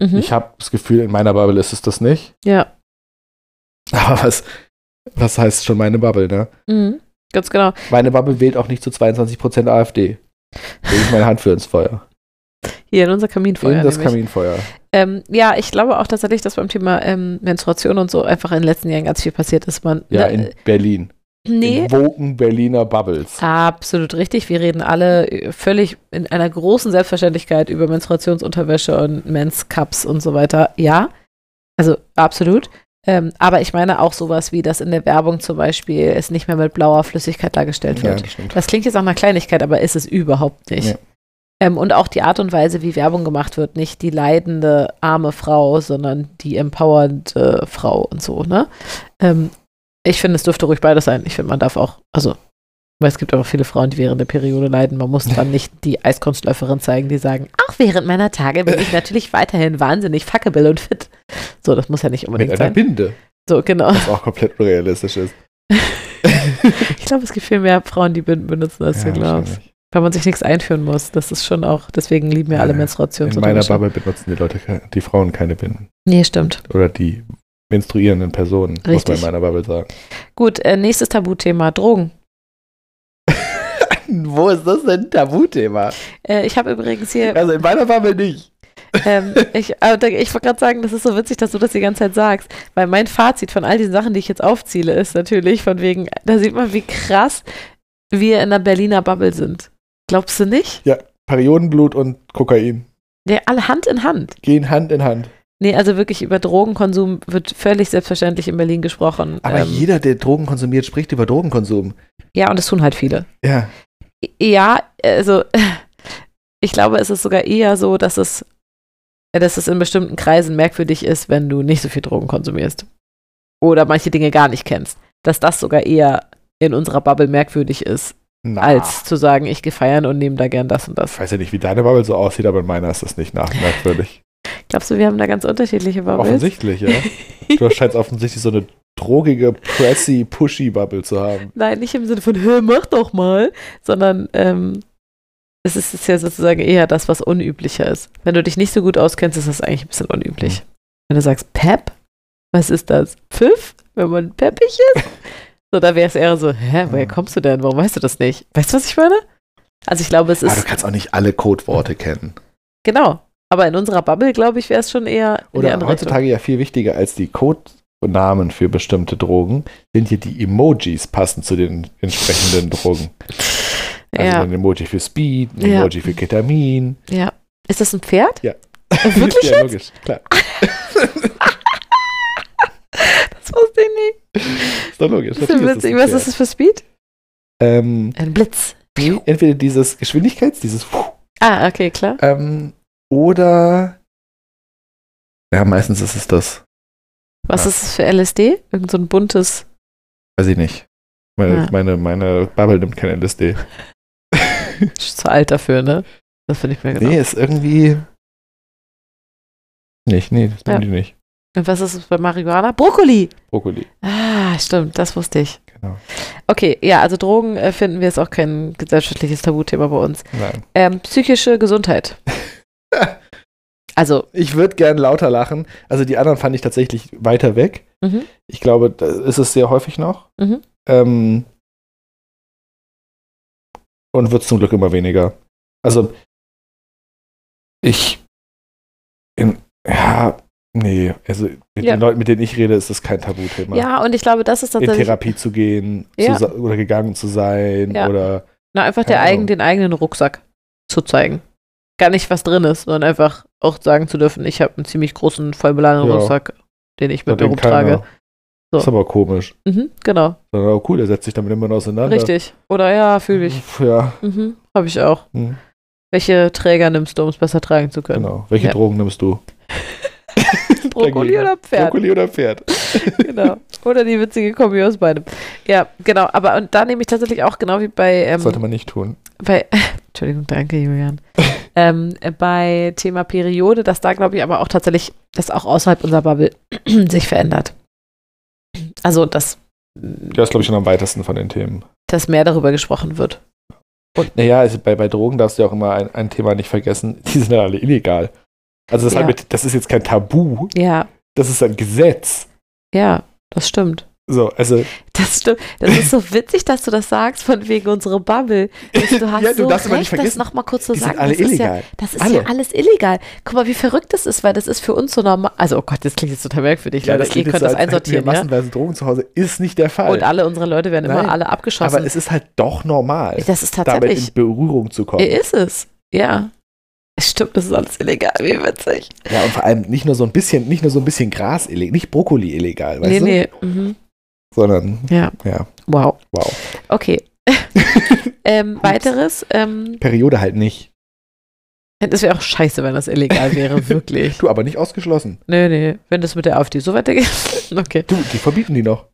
S5: Mhm.
S4: Ich habe das Gefühl, in meiner Bubble ist es das nicht.
S5: ja,
S4: Aber was, was heißt schon meine Bubble, ne?
S5: mhm. ganz genau.
S4: Meine Bubble wählt auch nicht zu 22% AfD. Lege ich meine Hand für ins Feuer.
S5: Hier in unser Kaminfeuer.
S4: in das
S5: nämlich.
S4: Kaminfeuer.
S5: Ähm, ja, ich glaube auch tatsächlich, dass beim Thema ähm, Menstruation und so einfach in den letzten Jahren ganz viel passiert ist. Man,
S4: Ja,
S5: Na,
S4: in
S5: äh,
S4: Berlin.
S5: nee,
S4: In woken Berliner Bubbles.
S5: absolut richtig. Wir reden alle äh, völlig in einer großen Selbstverständlichkeit über Menstruationsunterwäsche und Men's Cups und so weiter. Ja, also absolut. Ähm, aber ich meine auch sowas wie, dass in der Werbung zum Beispiel es nicht mehr mit blauer Flüssigkeit dargestellt wird.
S4: das stimmt.
S5: Das klingt jetzt nach einer Kleinigkeit, aber ist es überhaupt nicht.
S4: Ja.
S5: Ähm, und auch die Art und Weise, wie Werbung gemacht wird, nicht die äh, leidende arme Frau, sondern die empowernde Frau und so, ne? Ähm, Ich finde, es dürfte ruhig beides sein. Ich finde, man darf auch, also, weil es gibt auch viele Frauen, die während der Periode leiden. Man muss dann nicht die Eiskunstläuferin zeigen, die sagen, auch während meiner Tage bin ich natürlich weiterhin wahnsinnig fuckable und fit. So, das muss ja nicht
S4: Mit
S5: unbedingt
S4: einer
S5: sein.
S4: Binde,
S5: So, genau.
S4: was auch komplett unrealistisch ist.
S5: Ich glaube, es gibt viel mehr Frauen, die Binden benutzen, als du glaubst.
S4: wahrscheinlich.
S5: Weil man sich nichts einführen muss. Das ist schon auch, deswegen lieben wir alle
S4: Ja,
S5: Menstruations-
S4: In
S5: und
S4: meiner
S5: Unterwäsche.
S4: Bubble benutzen die Leute, ke- die Frauen keine Binden.
S5: Nee, stimmt.
S4: Oder die menstruierenden Personen, muss man
S5: Richtig.
S4: in meiner Bubble sagen.
S5: Gut, äh, nächstes Tabuthema, Drogen.
S4: Wo ist das denn ein Tabuthema?
S5: Äh, ich habe übrigens hier
S4: Also in meiner Bubble nicht.
S5: Ähm, ich aber da- ich wollte gerade sagen, das ist so witzig, dass du das die ganze Zeit sagst, weil mein Fazit von all diesen Sachen, die ich jetzt aufziele, ist natürlich von wegen, da sieht man, wie krass wir in der Berliner Bubble sind. Glaubst du nicht?
S4: Periodenblut und Kokain
S5: Ja, alle Hand in Hand.
S4: gehen Hand in Hand.
S5: Nee, also wirklich über Drogenkonsum wird völlig selbstverständlich in Berlin gesprochen.
S4: Aber
S5: Ähm,
S4: jeder, der Drogen konsumiert, spricht über Drogenkonsum.
S5: ja, und das tun halt viele.
S4: Ja.
S5: Ja, also ich glaube, es ist sogar eher so, dass es, dass es in bestimmten Kreisen merkwürdig ist, wenn du nicht so viel Drogen konsumierst oder manche Dinge gar nicht kennst. Dass das sogar eher in unserer Bubble merkwürdig ist,
S4: Na.
S5: als zu sagen, ich gehe feiern und nehme da gern das und das.
S4: Ich weiß ja nicht, wie deine Bubble so aussieht, aber in meiner ist das nicht nachmerkwürdig.
S5: Glaubst du, wir haben da ganz unterschiedliche Bubbles?
S4: offensichtlich, ja. Du scheinst offensichtlich so eine drogige, pressy, pushy Bubble zu haben.
S5: Nein, nicht im Sinne von, hör, mach doch mal, sondern ähm, es ist, ist ja sozusagen eher das, was unüblicher ist. Wenn du dich nicht so gut auskennst, ist das eigentlich ein bisschen unüblich.
S4: Mhm.
S5: Wenn du sagst, Pep, was ist das? Pfiff, wenn man peppig ist? so, da wäre es eher so, hä, woher
S4: Mhm.
S5: kommst du denn? Warum weißt du das nicht? Weißt du, was ich meine? Also ich glaube, es
S4: Aber Ah, du
S5: ist,
S4: kannst auch nicht alle Codeworte kennen.
S5: genau. Aber in unserer Bubble, glaube ich, wäre es schon eher in die
S4: Oder
S5: andere Richtung.
S4: heutzutage ja viel wichtiger als die Codenamen für bestimmte Drogen sind hier die Emojis passend zu den entsprechenden Drogen. Also
S5: Ja,
S4: ein Emoji für Speed, ein
S5: Ja.
S4: Emoji für Ketamin.
S5: ja. Ist das ein Pferd? Äh,
S4: Ja.
S5: Wirklich
S4: ja,
S5: jetzt?
S4: logisch, klar.
S5: Das wusste ich nicht.
S4: Ist doch logisch.
S5: Das ist ja
S4: Natürlich
S5: witzig.
S4: ein
S5: Was
S4: Pferd.
S5: ist das für Speed?
S4: Ähm,
S5: Ein Blitz.
S4: entweder dieses Geschwindigkeits, dieses
S5: Ah, okay, klar.
S4: ähm, oder ja, meistens ist es das.
S5: Was
S4: Ja.
S5: ist es für LSD? Irgend so ein buntes.
S4: Weiß ich nicht. Meine,
S5: Ja.
S4: meine, meine Bubble nimmt kein LSD.
S5: Ist zu alt dafür, ne? Das finde ich mir genau.
S4: Nee, ist irgendwie nicht, nee, das
S5: Ja.
S4: nehmen die nicht.
S5: Und was ist es bei Marihuana? Brokkoli!
S4: Brokkoli.
S5: Ah, stimmt, das wusste ich.
S4: Genau.
S5: Okay, ja, also Drogen äh, finden wir ist auch kein gesellschaftliches Tabuthema bei uns.
S4: Nein.
S5: Ähm, psychische Gesundheit. also,
S4: Ich würde gern lauter lachen. Also die anderen fand ich tatsächlich weiter weg.
S5: mhm,
S4: Ich glaube, da ist es sehr häufig noch.
S5: mhm.
S4: Ähm, und wird zum Glück immer weniger. Also, ich. In, ja, nee. Also, mit
S5: Ja.
S4: den Leuten, mit denen ich rede, ist das kein Tabuthema.
S5: ja, und ich glaube, das ist
S4: in
S5: tatsächlich
S4: Therapie zu gehen
S5: Ja.
S4: zu, sa- oder gegangen zu sein
S5: Ja.
S4: oder.
S5: na, einfach der
S4: Keine Ahnung.
S5: eigen, den eigenen Rucksack zu zeigen. Gar nicht, was drin ist, sondern einfach auch sagen zu dürfen, ich habe einen ziemlich großen, vollbeladenen
S4: Ja.
S5: Rucksack, den ich mit mir
S4: den
S5: rumtrage.
S4: keiner.
S5: So.
S4: Ist aber komisch.
S5: Mhm, genau.
S4: Sondern, oh cool, der setzt sich damit immer noch auseinander. Hm,
S5: Richtig. Oder ja, fühle ich.
S4: Ja,
S5: Mhm. Habe ich auch.
S4: hm,
S5: Welche Träger nimmst du, um es besser tragen zu können?
S4: genau. Welche
S5: Ja.
S4: Drogen nimmst du?
S5: Brokkoli oder Pferd?
S4: Brokkoli oder Pferd?
S5: Genau. Oder die witzige Kombi aus beidem. Ja, genau. Aber und da nehme ich tatsächlich auch genau wie bei, ähm,
S4: Sollte man nicht tun.
S5: bei Entschuldigung, danke, Julian. ähm, äh, bei Thema Periode, dass da glaube ich aber auch tatsächlich, dass auch außerhalb unserer Bubble sich verändert. Also, dass,
S4: Das ist, glaube ich, schon am weitesten von den Themen.
S5: dass mehr darüber gesprochen wird.
S4: Naja, also bei, bei Drogen darfst du ja auch immer ein, ein Thema nicht vergessen, die sind ja alle illegal. Also das,
S5: Ja.
S4: hat mit, das ist jetzt kein Tabu,
S5: Ja,
S4: das ist ein Gesetz.
S5: ja, das stimmt.
S4: So, also
S5: Das stimmt. Das ist so witzig, dass du das sagst, von wegen unserer Bubble. Du hast
S4: Ja, du
S5: so
S4: darfst aber
S5: recht,
S4: nicht
S5: das
S4: vergessen,
S5: nochmal kurz zu
S4: die
S5: sagen.
S4: sind alle
S5: das Ist ja,
S4: illegal.
S5: das ist ja
S4: Alle.
S5: alles illegal. Guck mal, wie verrückt das ist, weil das ist für uns so normal. Also, oh Gott, das klingt jetzt total merkwürdig, Leute.
S4: klingt
S5: Ihr
S4: jetzt
S5: könnt das
S4: so, als hätten wir
S5: einsortieren, ja?
S4: massenweise Drogen zu Hause ist nicht der Fall.
S5: Und alle unsere Leute werden
S4: Nein.
S5: immer alle abgeschossen.
S4: aber es ist halt doch normal,
S5: das ist
S4: damit in
S5: tatsächlich. Äh,
S4: Berührung zu kommen.
S5: Ist es. Ja. Es Stimmt, das ist alles illegal. Wie witzig.
S4: Ja, und vor allem nicht nur so ein bisschen, nicht nur so ein bisschen Gras illegal, nicht Brokkoli illegal, weißt
S5: nee,
S4: du?
S5: nee. Mhm.
S4: Sondern
S5: Ja.
S4: Ja.
S5: Wow.
S4: wow,
S5: Okay. ähm, weiteres. Ähm,
S4: Periode halt nicht.
S5: das wäre auch scheiße, wenn das illegal wäre, wirklich.
S4: Du aber nicht ausgeschlossen.
S5: Nee, nee, wenn das mit der AfD so weitergeht. Okay.
S4: Du, die verbieten die noch.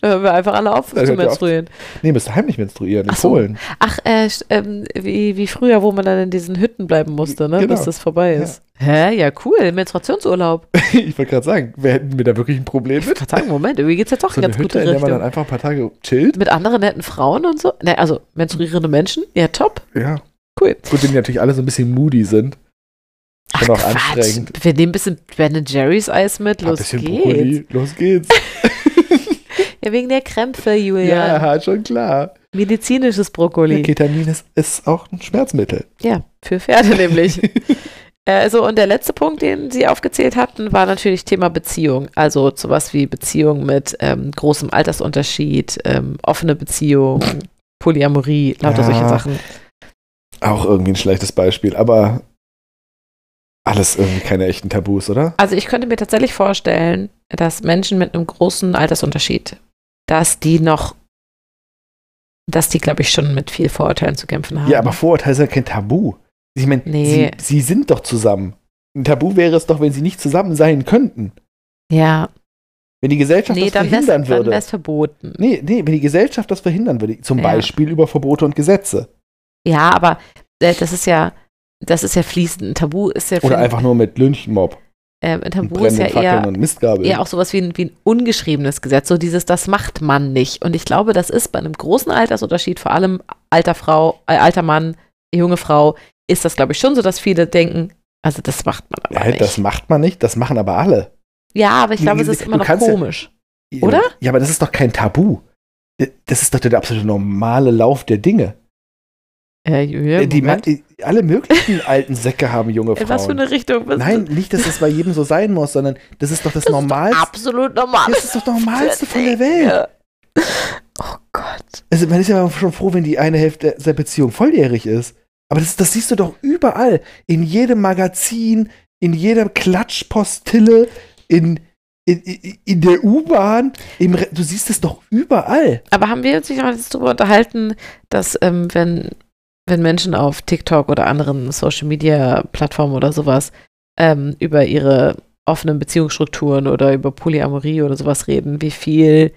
S5: Dann hören wir einfach alle auf
S4: Dann hört
S5: zu
S4: ihr auf.
S5: menstruieren.
S4: Nee, müsst ihr heimlich menstruieren, in
S5: Ach so.
S4: Polen.
S5: Ach, äh, sch- ähm, wie, wie früher, wo man dann in diesen Hütten bleiben musste, ne?
S4: Genau.
S5: bis das vorbei
S4: Ja.
S5: ist. Hä? Ja, cool. Menstruationsurlaub.
S4: Ich wollte gerade sagen, wir hätten mir da wirklich ein Problem mit.
S5: Verdammt, Moment, irgendwie geht's jetzt doch
S4: So
S5: in
S4: eine
S5: ganz
S4: Hütte,
S5: gute
S4: in der man dann einfach
S5: Richtung.
S4: ein paar Tage chillt.
S5: Mit anderen netten Frauen und so? Ne, also menstruierende Menschen? Ja, top.
S4: Ja.
S5: Cool.
S4: Gut, wenn die natürlich alle so ein bisschen moody sind.
S5: Ach,
S4: Schon auch
S5: Quatsch.
S4: anstrengend.
S5: Wir nehmen ein bisschen Ben Jerry's Eis mit.
S4: Ein
S5: Los
S4: bisschen
S5: geht's.
S4: Brokkoli. Los geht's.
S5: Ja, wegen der Krämpfe, Julian.
S4: ja, schon klar.
S5: Medizinisches Brokkoli.
S4: Ketamin ist, ist auch ein Schmerzmittel.
S5: Ja, für Pferde nämlich. Äh, so, und der letzte Punkt, den Sie aufgezählt hatten, war natürlich Thema Beziehung. Also sowas wie Beziehung mit ähm, großem Altersunterschied, ähm, offene Beziehung, Polyamorie, lauter
S4: Ja.
S5: solche Sachen.
S4: Auch irgendwie ein schlechtes Beispiel, aber alles irgendwie keine echten Tabus, oder?
S5: Also ich könnte mir tatsächlich vorstellen, dass Menschen mit einem großen Altersunterschied, dass die noch, dass die, glaube ich, schon mit viel Vorurteilen zu kämpfen haben.
S4: Ja, aber Vorurteil ist ja kein Tabu. Ich meine,
S5: Nee.
S4: sie, sie sind doch zusammen. Ein Tabu wäre es doch, wenn sie nicht zusammen sein könnten.
S5: Ja,
S4: Wenn die Gesellschaft
S5: nee,
S4: das
S5: dann wär's-
S4: verhindern
S5: dann
S4: würde.
S5: wäre es verboten.
S4: nee, nee, wenn die Gesellschaft das verhindern würde. Zum
S5: Ja.
S4: Beispiel über Verbote und Gesetze.
S5: Ja, aber äh, das ist ja, das ist ja fließend. Ein Tabu ist ja
S4: Oder einfach nur mit Lynchmob
S5: ähm, ein
S4: und
S5: Tabu ist
S4: brennenden
S5: ja
S4: Fackeln
S5: eher,
S4: und Mistgabeln.
S5: eher auch sowas wie ein, wie ein ungeschriebenes Gesetz. So dieses, das macht man nicht. Und ich glaube, das ist bei einem großen Altersunterschied, vor allem alter Frau, äh, alter Mann, junge Frau, ist das, glaube ich, schon so, dass viele denken, also das macht man aber
S4: ja,
S5: nicht.
S4: das macht man nicht, das machen aber alle.
S5: ja, aber ich glaube, es ist
S4: Du
S5: immer noch
S4: kannst ja-
S5: komisch. Oder?
S4: Ja, aber das ist doch kein Tabu. Das ist doch der absolute normale Lauf der Dinge.
S5: Äh, Julia,
S4: die
S5: Moment.
S4: man, alle möglichen alten Säcke haben junge Frauen.
S5: in was für eine Richtung bist
S4: Nein,
S5: du?
S4: nicht, dass es bei jedem so sein muss, sondern das ist doch das,
S5: Das ist doch
S4: Normalste.
S5: Absolut normal.
S4: das ist doch das Normalste von der Welt.
S5: Ja. Oh Gott.
S4: Also man ist ja schon froh, wenn die eine Hälfte der Beziehung volljährig ist. Aber das, das siehst du doch überall. In jedem Magazin, in jeder Klatschpostille, in, in, in, in der U-Bahn. im Re- Du siehst es doch überall.
S5: Aber haben wir uns nicht auch jetzt darüber unterhalten, dass ähm, wenn, wenn Menschen auf TikTok oder anderen Social-Media-Plattformen oder sowas ähm, über ihre offenen Beziehungsstrukturen oder über Polyamorie oder sowas reden, wie viel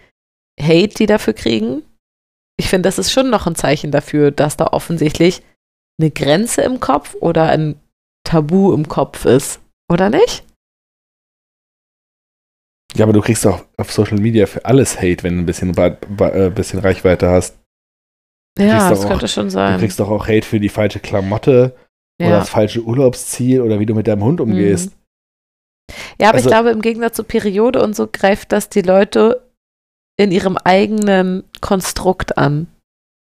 S5: Hate die dafür kriegen? Ich finde, das ist schon noch ein Zeichen dafür, dass da offensichtlich eine Grenze im Kopf oder ein Tabu im Kopf ist, oder nicht?
S4: Ja, aber du kriegst doch auf Social Media für alles Hate, wenn du ein bisschen, äh, bisschen Reichweite hast. kriegst
S5: Ja,
S4: doch
S5: das
S4: auch-
S5: könnte schon
S4: Du
S5: sein.
S4: kriegst doch auch Hate für die falsche Klamotte. oder
S5: Ähm, ja.
S4: das falsche Urlaubsziel oder wie du mit deinem Hund umgehst.
S5: Ja, aber
S4: Also-
S5: ich glaube, im Gegensatz zur Periode und so greift das die Leute in ihrem eigenen Konstrukt an.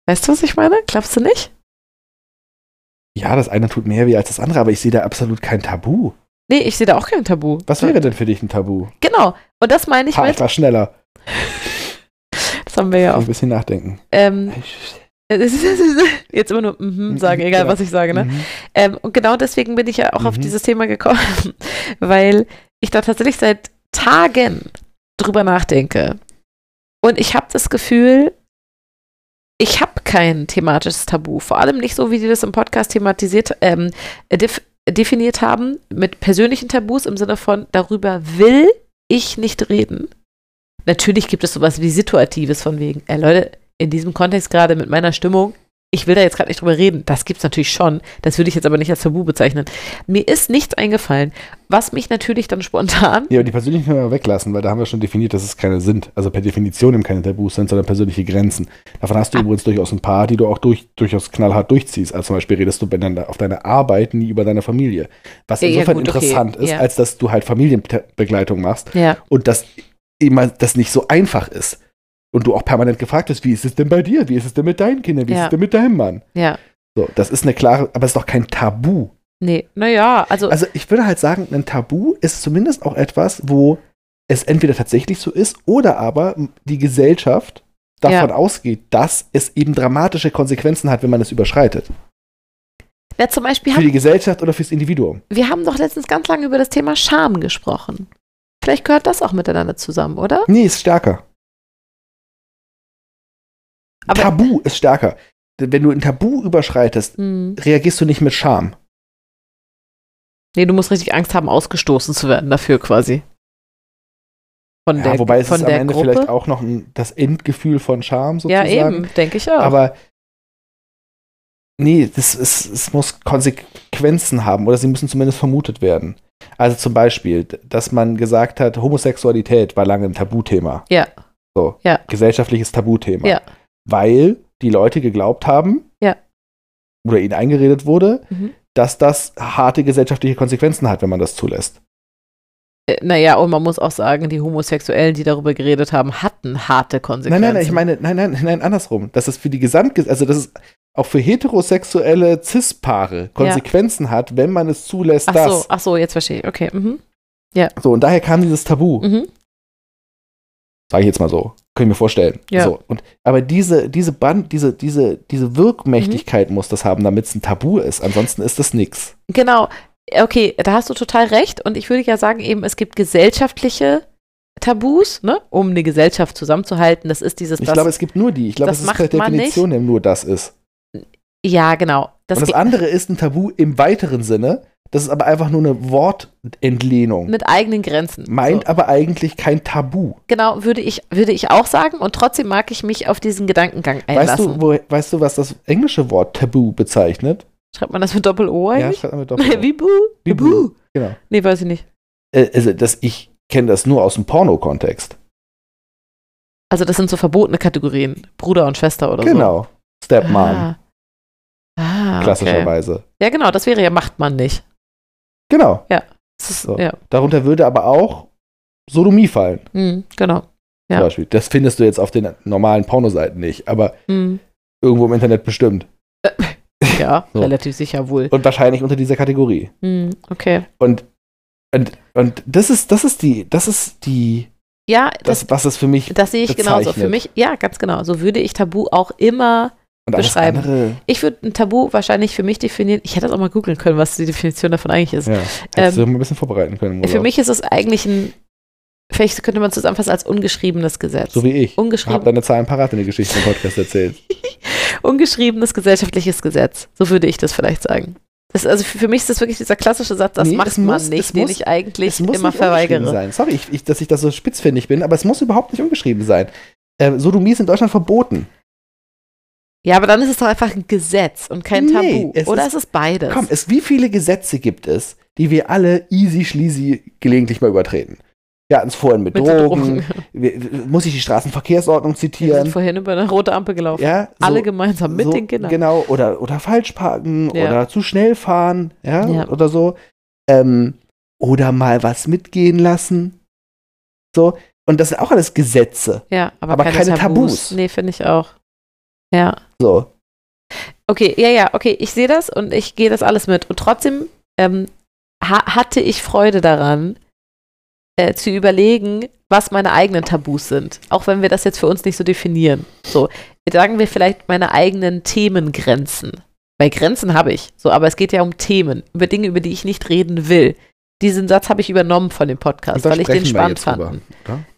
S5: Weißt du, was ich meine? Glaubst du nicht? Mhm.
S4: Ja, das eine tut mehr weh als das andere, aber ich sehe da absolut kein Tabu.
S5: Nee, ich sehe da auch kein Tabu.
S4: Was wäre denn für dich ein Tabu?
S5: Genau. Und das meine ich
S4: ha, ich
S5: mit.
S4: war schneller.
S5: Das haben wir ja
S4: Ein
S5: auch.
S4: bisschen nachdenken. Hm.
S5: Ähm, jetzt immer nur mhm sagen, egal
S4: Genau.
S5: was ich sage, ne?
S4: Mhm.
S5: Ähm, und genau deswegen bin ich ja auch auf
S4: Mhm.
S5: dieses Thema gekommen, weil ich da tatsächlich seit Tagen drüber nachdenke. Und ich habe das Gefühl, ich habe kein thematisches Tabu. Vor allem nicht so, wie die das im Podcast thematisiert, ähm, def definiert haben, mit persönlichen Tabus im Sinne von, darüber will ich nicht reden. Natürlich gibt es sowas wie Situatives von wegen, ey Leute, in diesem Kontext gerade mit meiner Stimmung, ich will da jetzt gerade nicht drüber reden. Das gibt es natürlich schon. Das würde ich jetzt aber nicht als Tabu bezeichnen. Mir ist nichts eingefallen, was mich natürlich dann spontan.
S4: Ja, aber die persönlichen können wir weglassen, weil da haben wir schon definiert, dass es keine sind. Also per Definition eben keine Tabus sind, sondern persönliche Grenzen. Davon hast du übrigens durchaus ein paar, die du auch durch, durchaus knallhart durchziehst. Also zum Beispiel redest du bei deiner, auf deiner Arbeit nie über deine Familie. Was
S5: Ja, ja,
S4: insofern
S5: gut, okay.
S4: interessant ist,
S5: Ja.
S4: als dass du halt Familienbegleitung machst.
S5: Ja.
S4: und dass immer das nicht so einfach ist. Und du auch permanent gefragt wirst, wie ist es denn bei dir? Wie ist es denn mit deinen Kindern? Wie
S5: Ja.
S4: ist es denn mit deinem Mann?
S5: Ja.
S4: So, das ist eine klare, aber es ist doch kein Tabu.
S5: Nee, naja, also,
S4: Also ich würde halt sagen, ein Tabu ist zumindest auch etwas, wo es entweder tatsächlich so ist oder aber die Gesellschaft davon ausgeht, dass es eben dramatische Konsequenzen hat, wenn man es überschreitet.
S5: na, zum Beispiel
S4: Für
S5: haben
S4: die Gesellschaft oder fürs Individuum.
S5: wir haben doch letztens ganz lange über das Thema Scham gesprochen. Vielleicht gehört das auch miteinander zusammen, oder?
S4: Nee, ist stärker.
S5: Aber-
S4: Tabu ist stärker. Wenn du ein Tabu überschreitest,
S5: Hm.
S4: reagierst du nicht mit Scham.
S5: Nee, du musst richtig Angst haben, ausgestoßen zu werden dafür quasi. Von
S4: Ja,
S5: der,
S4: wobei es
S5: von
S4: ist am
S5: der
S4: Ende
S5: Gruppe.
S4: vielleicht auch noch ein, das Endgefühl von Charme
S5: ja,
S4: sozusagen.
S5: eben, denke ich auch.
S4: Aber nee, das ist, es muss Konsequenzen haben oder sie müssen zumindest vermutet werden. Also zum Beispiel, dass man gesagt hat, Homosexualität war lange ein Tabuthema.
S5: Ja.
S4: So,
S5: Ja.
S4: gesellschaftliches Tabuthema.
S5: Ja.
S4: Weil die Leute geglaubt haben
S5: Ja.
S4: oder ihnen eingeredet wurde,
S5: Mhm.
S4: dass das harte gesellschaftliche Konsequenzen hat, wenn man das zulässt.
S5: Äh, naja, und man muss auch sagen, die Homosexuellen, die darüber geredet haben, hatten harte
S4: Nein,
S5: Konsequenzen.
S4: nein, nein, ich meine, nein, nein, nein, andersrum. Dass es für die Gesamtges also dass es auch für heterosexuelle Cis-Paare Konsequenzen hat, wenn man es zulässt,
S5: Ach
S4: das.
S5: so, ach so, jetzt verstehe ich. Okay. Mhm.
S4: So, und daher kam dieses Tabu,
S5: Mhm.
S4: sage ich jetzt mal so. Können wir vorstellen.
S5: Ja.
S4: So, und, aber diese, diese Band, diese, diese, diese Wirkmächtigkeit
S5: Mhm.
S4: muss das haben, damit es ein Tabu ist. Ansonsten ist das nix.
S5: Genau. Okay, da hast du total recht. Und ich würde ja sagen, eben, es gibt gesellschaftliche Tabus, ne, um eine Gesellschaft zusammenzuhalten. Das ist dieses,
S4: Ich
S5: das.
S4: glaube, es gibt nur die. Ich glaube,
S5: das
S4: es ist
S5: macht
S4: per
S5: man
S4: Definition eben nur das ist.
S5: ja, genau. Das,
S4: und das
S5: geht
S4: andere ist ein Tabu im weiteren Sinne. Das ist aber einfach nur eine Wortentlehnung.
S5: mit eigenen Grenzen.
S4: Meint
S5: So.
S4: aber eigentlich kein Tabu.
S5: Genau, würde ich, würde ich auch sagen. Und trotzdem mag ich mich auf diesen Gedankengang einlassen.
S4: Weißt du, wo, weißt du, was das englische Wort Tabu bezeichnet?
S5: Schreibt man das mit Doppel-O
S4: Ja,
S5: eigentlich?
S4: schreibt man doch.
S5: Wie Bu?
S4: Wie
S5: Wie
S4: Bu.
S5: Bu?
S4: Genau.
S5: Nee, weiß ich nicht.
S4: Äh, also, das, ich kenne das nur aus dem Porno-Kontext.
S5: Also das sind so verbotene Kategorien. Bruder und Schwester oder so.
S4: Genau. Stepmom,
S5: Also. Ah. Ah, okay.
S4: klassischerweise.
S5: Ja, genau, das wäre ja, macht man nicht.
S4: Genau.
S5: Das ist,
S4: So.
S5: Ja,
S4: Darunter würde aber auch Sodomie fallen,
S5: hm, genau.
S4: zum
S5: Ja.
S4: Beispiel. Das findest du jetzt auf den normalen Pornoseiten nicht, aber
S5: Hm.
S4: irgendwo im Internet bestimmt.
S5: Ja,
S4: So.
S5: relativ sicher wohl.
S4: Und wahrscheinlich unter dieser Kategorie.
S5: Hm, okay.
S4: Und, und, und das ist, das ist die, das ist die,
S5: Ja, das,
S4: das, was es für mich
S5: das, sehe ich genauso. Für
S4: bezeichnet.
S5: mich, ja, ganz genau. So würde ich Tabu auch immer,
S4: und alles
S5: beschreiben.
S4: andere.
S5: ich würde ein Tabu wahrscheinlich für mich definieren. Ich hätte das auch mal googeln können, was die Definition davon eigentlich ist.
S4: Ja, hättest du mal ein bisschen vorbereiten können. im
S5: Ähm, Für
S4: Urlaub.
S5: mich ist es eigentlich ein, vielleicht könnte man es zusammenfassen als ungeschriebenes Gesetz.
S4: So wie ich. Hab
S5: Ungeschrieben,
S4: deine Zahlen parat in den Geschichten im Podcast erzählt.
S5: ungeschriebenes gesellschaftliches Gesetz. So würde ich das vielleicht sagen. Das, also für für mich ist das wirklich dieser klassische Satz, das
S4: Nee,
S5: macht
S4: es muss-
S5: man
S4: es
S5: nicht, den
S4: muss-
S5: ich eigentlich
S4: Es muss
S5: immer
S4: nicht ungeschrieben
S5: verweigere.
S4: Sein. Sorry, ich, ich, dass ich das so spitzfindig bin, aber es muss überhaupt nicht ungeschrieben sein. Ähm, Sodomie ist in Deutschland verboten.
S5: Ja, aber dann ist es doch einfach ein Gesetz und kein
S4: Nee,
S5: Tabu.
S4: es
S5: Oder
S4: ist-
S5: ist, es beides?
S4: Komm, es, wie viele Gesetze gibt es, die wir alle easy schleasy gelegentlich mal übertreten? Wir hatten es vorhin mit,
S5: Mit
S4: Drogen.
S5: Drogen.
S4: Wir, wir- muss ich die Straßenverkehrsordnung
S5: Wir sind
S4: zitieren?
S5: vorhin über eine rote Ampel gelaufen.
S4: Ja, so-
S5: Alle gemeinsam mit
S4: so,
S5: den Kindern.
S4: Genau, oder, oder falsch parken
S5: Ja.
S4: oder zu schnell fahren, ja,
S5: Ja.
S4: oder so. Ähm, oder mal was mitgehen lassen. So, und das sind auch alles Gesetze.
S5: Ja, aber,
S4: Aber keine Tabus.
S5: Nee, finde ich auch. Ja.
S4: So,
S5: Okay, ja, ja, okay, ich sehe das und ich gehe das alles mit. Und trotzdem ähm, ha hatte ich Freude daran, äh, zu überlegen, was meine eigenen Tabus sind. Auch wenn wir das jetzt für uns nicht so definieren. So, sagen wir vielleicht meine eigenen Themengrenzen. Weil Grenzen habe ich, so, aber es geht ja um Themen, über Dinge, über die ich nicht reden will. Diesen Satz habe ich übernommen von dem Podcast, weil ich den spannend fand.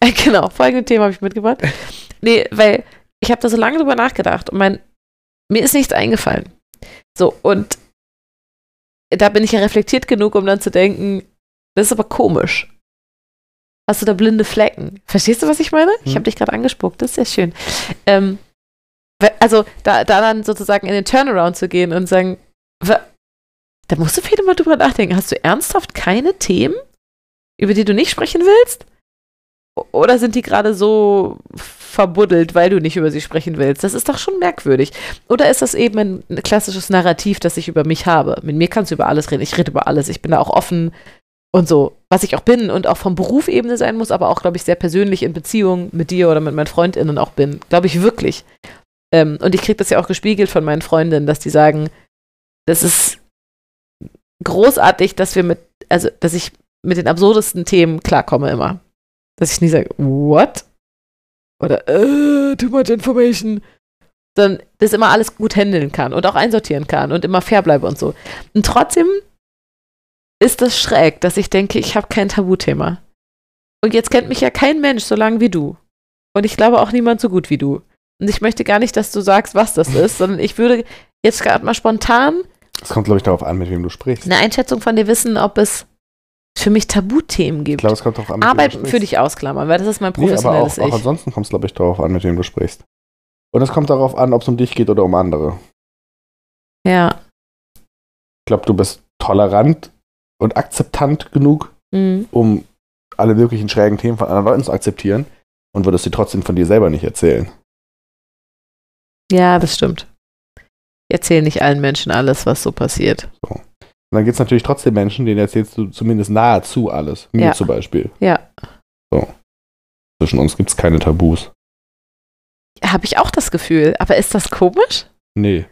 S5: Äh, Genau, folgendes Thema habe ich mitgebracht. Nee, weil ich habe da so lange drüber nachgedacht und mein, mir ist nichts eingefallen. So, und da bin ich ja reflektiert genug, um dann zu denken, das ist aber komisch. Hast du da blinde Flecken? Verstehst du, was ich meine? Ich
S4: Hm.
S5: habe dich gerade angespuckt, das ist ja schön. Ähm, weil- also, da, da dann sozusagen in den Turnaround zu gehen und sagen, wa- da musst du viel mal drüber nachdenken. Hast du ernsthaft keine Themen, über die du nicht sprechen willst? Oder sind die gerade so verbuddelt, weil du nicht über sie sprechen willst? Das ist doch schon merkwürdig. Oder ist das eben ein, ein klassisches Narrativ, das ich über mich habe? Mit mir kannst du über alles reden. Ich rede über alles. Ich bin da auch offen und so, was ich auch bin und auch vom Beruf Ebene sein muss, aber auch, glaube ich, sehr persönlich in Beziehung mit dir oder mit meinen Freundinnen auch bin. Glaube ich wirklich. Ähm, und ich kriege das ja auch gespiegelt von meinen Freundinnen, dass die sagen, das ist großartig, dass wir mit, also, dass ich mit den absurdesten Themen klarkomme immer dass ich nie sage, what? Oder, äh, too much information. Dann das immer alles gut handeln kann und auch einsortieren kann und immer fair bleibe und so. Und trotzdem ist das schräg, dass ich denke, ich habe kein Tabuthema. Und jetzt kennt mich ja kein Mensch so lange wie du. Und ich glaube auch niemand so gut wie du. Und ich möchte gar nicht, dass du sagst, was das ist, sondern ich würde jetzt gerade mal spontan
S4: Es kommt, glaube ich, darauf an, mit wem du sprichst.
S5: eine Einschätzung von dir wissen, ob es für mich Tabuthemen
S4: Ich
S5: gibt.
S4: glaube, es kommt drauf an. mit wem du
S5: Arbeit
S4: sprichst.
S5: für dich ausklammern, weil das ist mein
S4: Nee, aber auch,
S5: professionelles
S4: auch
S5: Ich.
S4: ansonsten kommt es, glaube ich, darauf an, mit wem du sprichst. Und es kommt darauf an, ob es um dich geht oder um andere.
S5: Ja.
S4: Ich glaube, du bist tolerant und akzeptant genug,
S5: Mhm.
S4: um alle möglichen schrägen Themen von anderen Leuten zu akzeptieren und würdest sie trotzdem von dir selber nicht erzählen.
S5: Ja, das stimmt. Ich erzähle nicht allen Menschen alles, was so passiert.
S4: Und dann gibt es natürlich trotzdem Menschen, denen erzählst du zumindest nahezu alles. Mir
S5: Ja.
S4: zum Beispiel.
S5: Ja.
S4: So. Zwischen uns gibt es keine Tabus.
S5: Habe ich auch das Gefühl. Aber ist das komisch?
S4: Nee.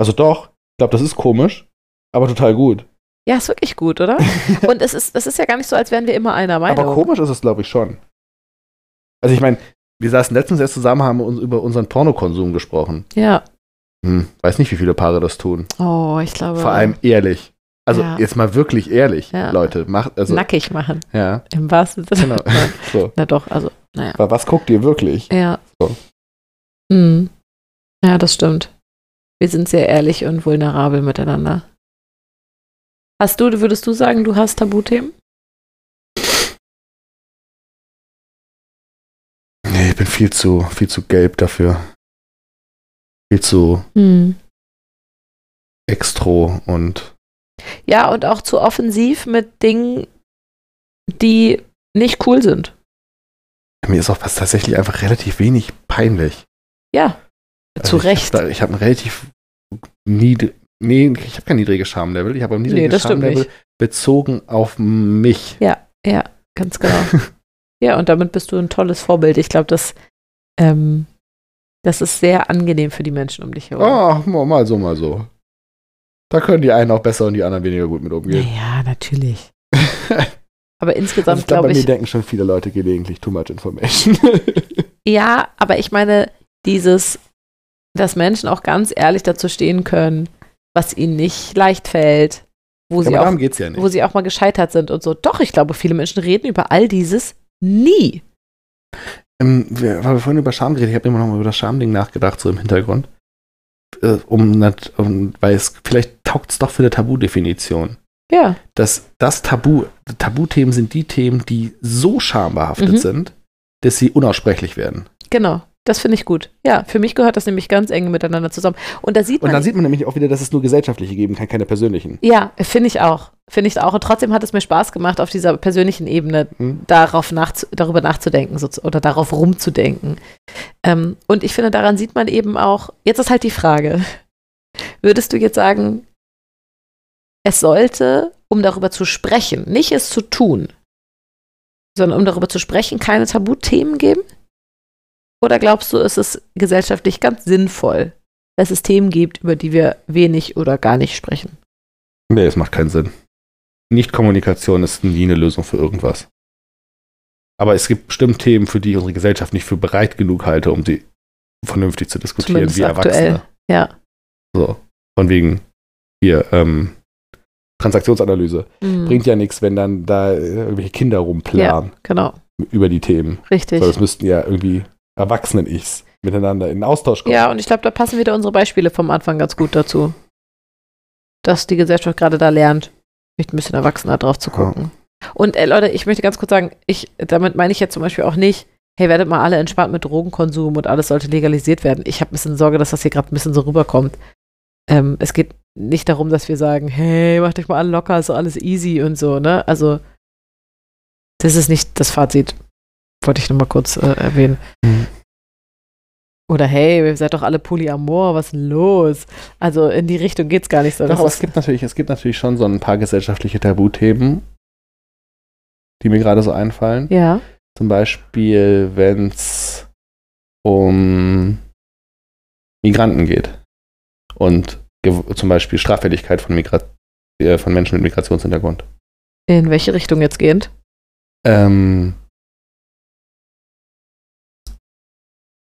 S4: Also doch, ich glaube, das ist komisch, aber total gut.
S5: Ja, ist wirklich gut, oder? Und es ist, es ist ja gar nicht so, als wären wir immer einer Meinung.
S4: Aber komisch ist es, glaube ich, schon. Also ich meine, wir saßen letztens erst zusammen, haben uns über unseren Pornokonsum gesprochen.
S5: Ja.
S4: Hm, weiß nicht, wie viele Paare das tun.
S5: Oh, ich glaube.
S4: Vor allem ehrlich. Also
S5: Ja.
S4: jetzt mal wirklich ehrlich,
S5: Ja.
S4: Leute. Macht, also,
S5: nackig machen.
S4: ja,
S5: Im wahrsten Sinne.
S4: genau. so.
S5: Na doch, also, naja.
S4: Aber Was guckt ihr wirklich?
S5: Ja.
S4: So.
S5: Mhm. Ja, das stimmt. Wir sind sehr ehrlich und vulnerabel miteinander. Hast du, würdest du sagen, du hast Tabuthemen?
S4: Nee, ich bin viel zu, viel zu gelb dafür. Viel zu
S5: Mhm.
S4: extro und
S5: Ja, und auch zu offensiv mit Dingen, die nicht cool sind.
S4: mir ist auch was tatsächlich einfach relativ wenig peinlich.
S5: Ja.
S4: Also
S5: Zu
S4: ich
S5: Recht.
S4: Hab da, ich habe ein relativ niedrig, nee, ich habe kein niedriges Schamlevel, ich habe ein
S5: Nee,
S4: niedriges
S5: das stimmt
S4: Schamlevel
S5: nicht.
S4: bezogen auf mich.
S5: Ganz genau. ja, und damit bist du ein tolles Vorbild. Ich glaube, das, ähm, das ist sehr angenehm für die Menschen um dich herum.
S4: Ah, mal mal so, mal so. Da können die einen auch besser und die anderen weniger gut mit umgehen.
S5: Ja, natürlich. Aber
S4: Also
S5: insgesamt
S4: ich glaube,
S5: glaube
S4: bei mir
S5: ich,
S4: denken schon viele Leute gelegentlich too much information.
S5: ja, aber ich meine, dieses, dass Menschen auch ganz ehrlich dazu stehen können, was ihnen nicht leicht fällt, wo,
S4: ja, aber
S5: sie, auch,
S4: darum geht's ja nicht.
S5: wo sie auch mal gescheitert sind und so. Doch, ich glaube, viele Menschen reden über all dieses nie.
S4: Ähm, wir, weil wir vorhin über Scham geredet, ich habe immer noch mal über das Schamding nachgedacht, so im Hintergrund. Äh, um, nat- um, weil es vielleicht taugt es doch für eine Tabudefinition.
S5: Ja,
S4: Dass das Tabu, Tabuthemen sind die Themen, die so schambehaftet
S5: Mhm.
S4: sind, dass sie unaussprechlich werden.
S5: genau. Das finde ich gut. Ja, für mich gehört das nämlich ganz eng miteinander zusammen. Und da sieht
S4: Und
S5: man,
S4: dann sieht man nämlich auch wieder, dass es nur gesellschaftliche geben kann, keine persönlichen.
S5: ja, finde ich auch. Finde ich auch. Und trotzdem hat es mir Spaß gemacht, auf dieser persönlichen Ebene
S4: Hm?
S5: darauf nachzu darüber nachzudenken sozu- oder darauf rumzudenken. Ähm, und ich finde, daran sieht man eben auch, jetzt ist halt die Frage, würdest du jetzt sagen, es sollte, um darüber zu sprechen, nicht es zu tun, sondern um darüber zu sprechen, keine Tabuthemen geben? Oder glaubst du, es ist gesellschaftlich ganz sinnvoll, dass es Themen gibt, über die wir wenig oder gar nicht sprechen?
S4: Nee, es macht keinen Sinn. Nicht-Kommunikation ist nie eine Lösung für irgendwas. Aber es gibt bestimmt Themen, für die ich unsere Gesellschaft nicht für bereit genug halte, um sie vernünftig zu diskutieren,
S5: Zumindest
S4: wie Erwachsene.
S5: aktuell. Ja.
S4: So, von wegen hier, ähm, Transaktionsanalyse.
S5: Mhm.
S4: Bringt ja nichts, wenn dann da äh, irgendwelche Kinder rumplanen
S5: genau,
S4: über die Themen.
S5: richtig.
S4: So, das müssten ja irgendwie Erwachsenen-Ichs miteinander in Austausch kommen.
S5: Ja, und ich glaube, da passen wieder unsere Beispiele vom Anfang ganz gut dazu. Dass die Gesellschaft gerade da lernt, vielleicht ein bisschen erwachsener drauf zu gucken. Und äh, Leute, ich möchte ganz kurz sagen, ich, damit meine ich jetzt zum Beispiel auch nicht, hey, werdet mal alle entspannt mit Drogenkonsum und alles sollte legalisiert werden. Ich habe ein bisschen Sorge, dass das hier gerade ein bisschen so rüberkommt. Ähm, es geht nicht darum, dass wir sagen, hey, macht euch mal alle locker, ist doch alles easy und so, ne? Also, das ist nicht das Fazit. Wollte ich nochmal kurz äh, erwähnen. Oder hey, ihr seid doch alle polyamor, was ist denn los? Also in die Richtung geht's gar nicht so.
S4: Doch,
S5: Das
S4: aber
S5: ist-
S4: es gibt natürlich, es gibt natürlich schon so ein paar gesellschaftliche Tabuthemen, die mir gerade so einfallen.
S5: ja.
S4: Zum Beispiel, wenn es um Migranten geht und gew- zum Beispiel Straffälligkeit von, Migra äh, von Menschen mit Migrationshintergrund.
S5: In welche Richtung jetzt gehend?
S4: ähm,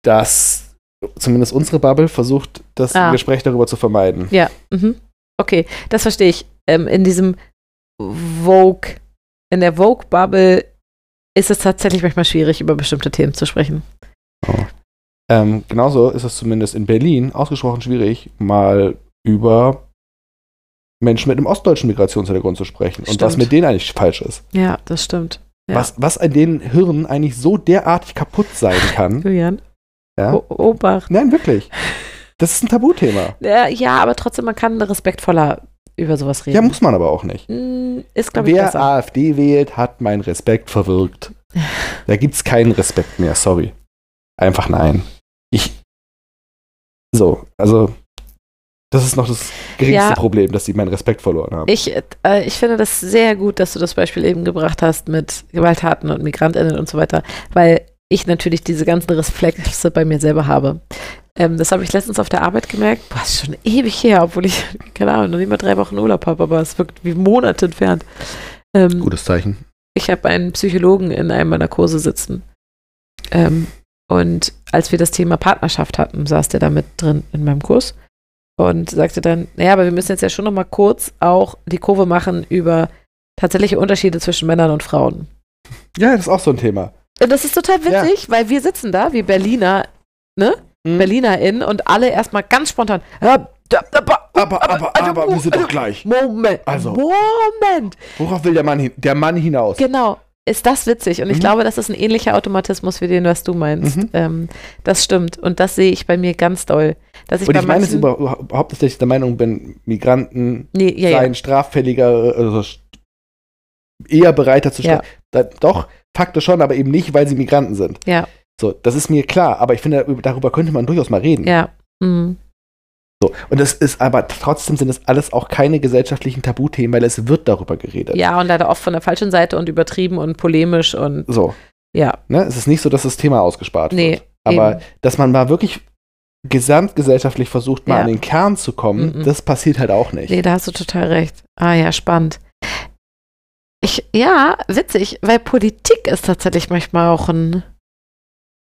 S4: dass zumindest unsere Bubble versucht, das
S5: Ah.
S4: Gespräch darüber zu vermeiden.
S5: Ja. Mhm. Okay, das verstehe ich. Ähm, in diesem Vogue, in der Vogue-Bubble ist es tatsächlich manchmal schwierig, über bestimmte Themen zu sprechen.
S4: Ähm, genauso ist es zumindest in Berlin ausgesprochen schwierig, mal über Menschen mit einem ostdeutschen Migrationshintergrund zu sprechen und was
S5: Stimmt.
S4: mit denen eigentlich falsch ist.
S5: Ja, das stimmt. Ja.
S4: Was, was an den Hirnen eigentlich so derartig kaputt sein kann.
S5: Julian,
S4: Ja.
S5: o- Obacht.
S4: Nein, wirklich. Das ist ein Tabuthema.
S5: Äh, ja, aber trotzdem, man kann respektvoller über sowas
S4: Ja,
S5: reden.
S4: muss man aber auch nicht.
S5: Mm, ist, glaube ich,
S4: Wer
S5: besser.
S4: AfD wählt, hat meinen Respekt verwirkt. Da gibt es keinen Respekt mehr, sorry. Einfach nein. Ich. So, also. Das ist noch das geringste
S5: Ja.
S4: Problem, dass die meinen Respekt verloren haben.
S5: Ich, äh, ich finde das sehr gut, dass du das Beispiel eben gebracht hast mit Gewalttaten und MigrantInnen und so weiter, weil ich natürlich diese ganzen Reflexe bei mir selber habe. Ähm, das habe ich letztens auf der Arbeit gemerkt. Boah, ist schon ewig her, obwohl ich, keine Ahnung, noch nicht mal drei Wochen Urlaub habe, aber es wirkt wie Monate entfernt. Ähm,
S4: Gutes Zeichen.
S5: ich habe einen Psychologen in einem meiner Kurse sitzen. Ähm, und als wir das Thema Partnerschaft hatten, saß der da mit drin in meinem Kurs und sagte dann, naja, aber wir müssen jetzt ja schon nochmal kurz auch die Kurve machen über tatsächliche Unterschiede zwischen Männern und Frauen.
S4: Ja, das ist auch so ein Thema.
S5: Und das ist total
S4: Ja.
S5: witzig, weil wir sitzen da, wir Berliner, ne?
S4: Mhm.
S5: BerlinerInnen und alle erstmal ganz spontan, "Ja, da, da, ba,
S4: Aber, aber,
S5: also,
S4: aber, wir sind doch gleich.
S5: Moment,
S4: Also.
S5: Moment.
S4: Worauf will der Mann, hin der Mann hinaus?
S5: Genau. Ist das witzig? Und ich
S4: Mhm.
S5: glaube, das ist ein ähnlicher Automatismus wie den, was du meinst.
S4: Mhm.
S5: Ähm, das stimmt. Und das sehe ich bei mir ganz doll. Dass ich
S4: Und
S5: bei
S4: ich meine es
S5: manchen-
S4: über- überhaupt nicht, dass ich der Meinung bin, Migranten
S5: Nee, ja, ja.
S4: seien straffälliger, also st- eher bereiter zu
S5: Ja.
S4: sterben. Da, doch, faktisch schon, aber eben nicht, weil sie Migranten sind.
S5: Ja.
S4: So, das ist mir klar, aber ich finde, über- darüber könnte man durchaus mal reden.
S5: ja. Mhm.
S4: So, und das ist aber trotzdem sind das alles auch keine gesellschaftlichen Tabuthemen, weil es wird darüber geredet.
S5: ja, und leider oft von der falschen Seite und übertrieben und polemisch und
S4: So,
S5: ja.
S4: ne? Es ist nicht so, dass das Thema ausgespart
S5: Nee,
S4: wird. Aber
S5: eben.
S4: dass man mal wirklich gesamtgesellschaftlich versucht, mal
S5: Ja.
S4: an den Kern zu kommen,
S5: Mhm.
S4: das passiert halt auch nicht.
S5: Nee, da hast du total recht. Ah ja, spannend. Ich, ja, witzig, weil Politik ist tatsächlich manchmal auch ein,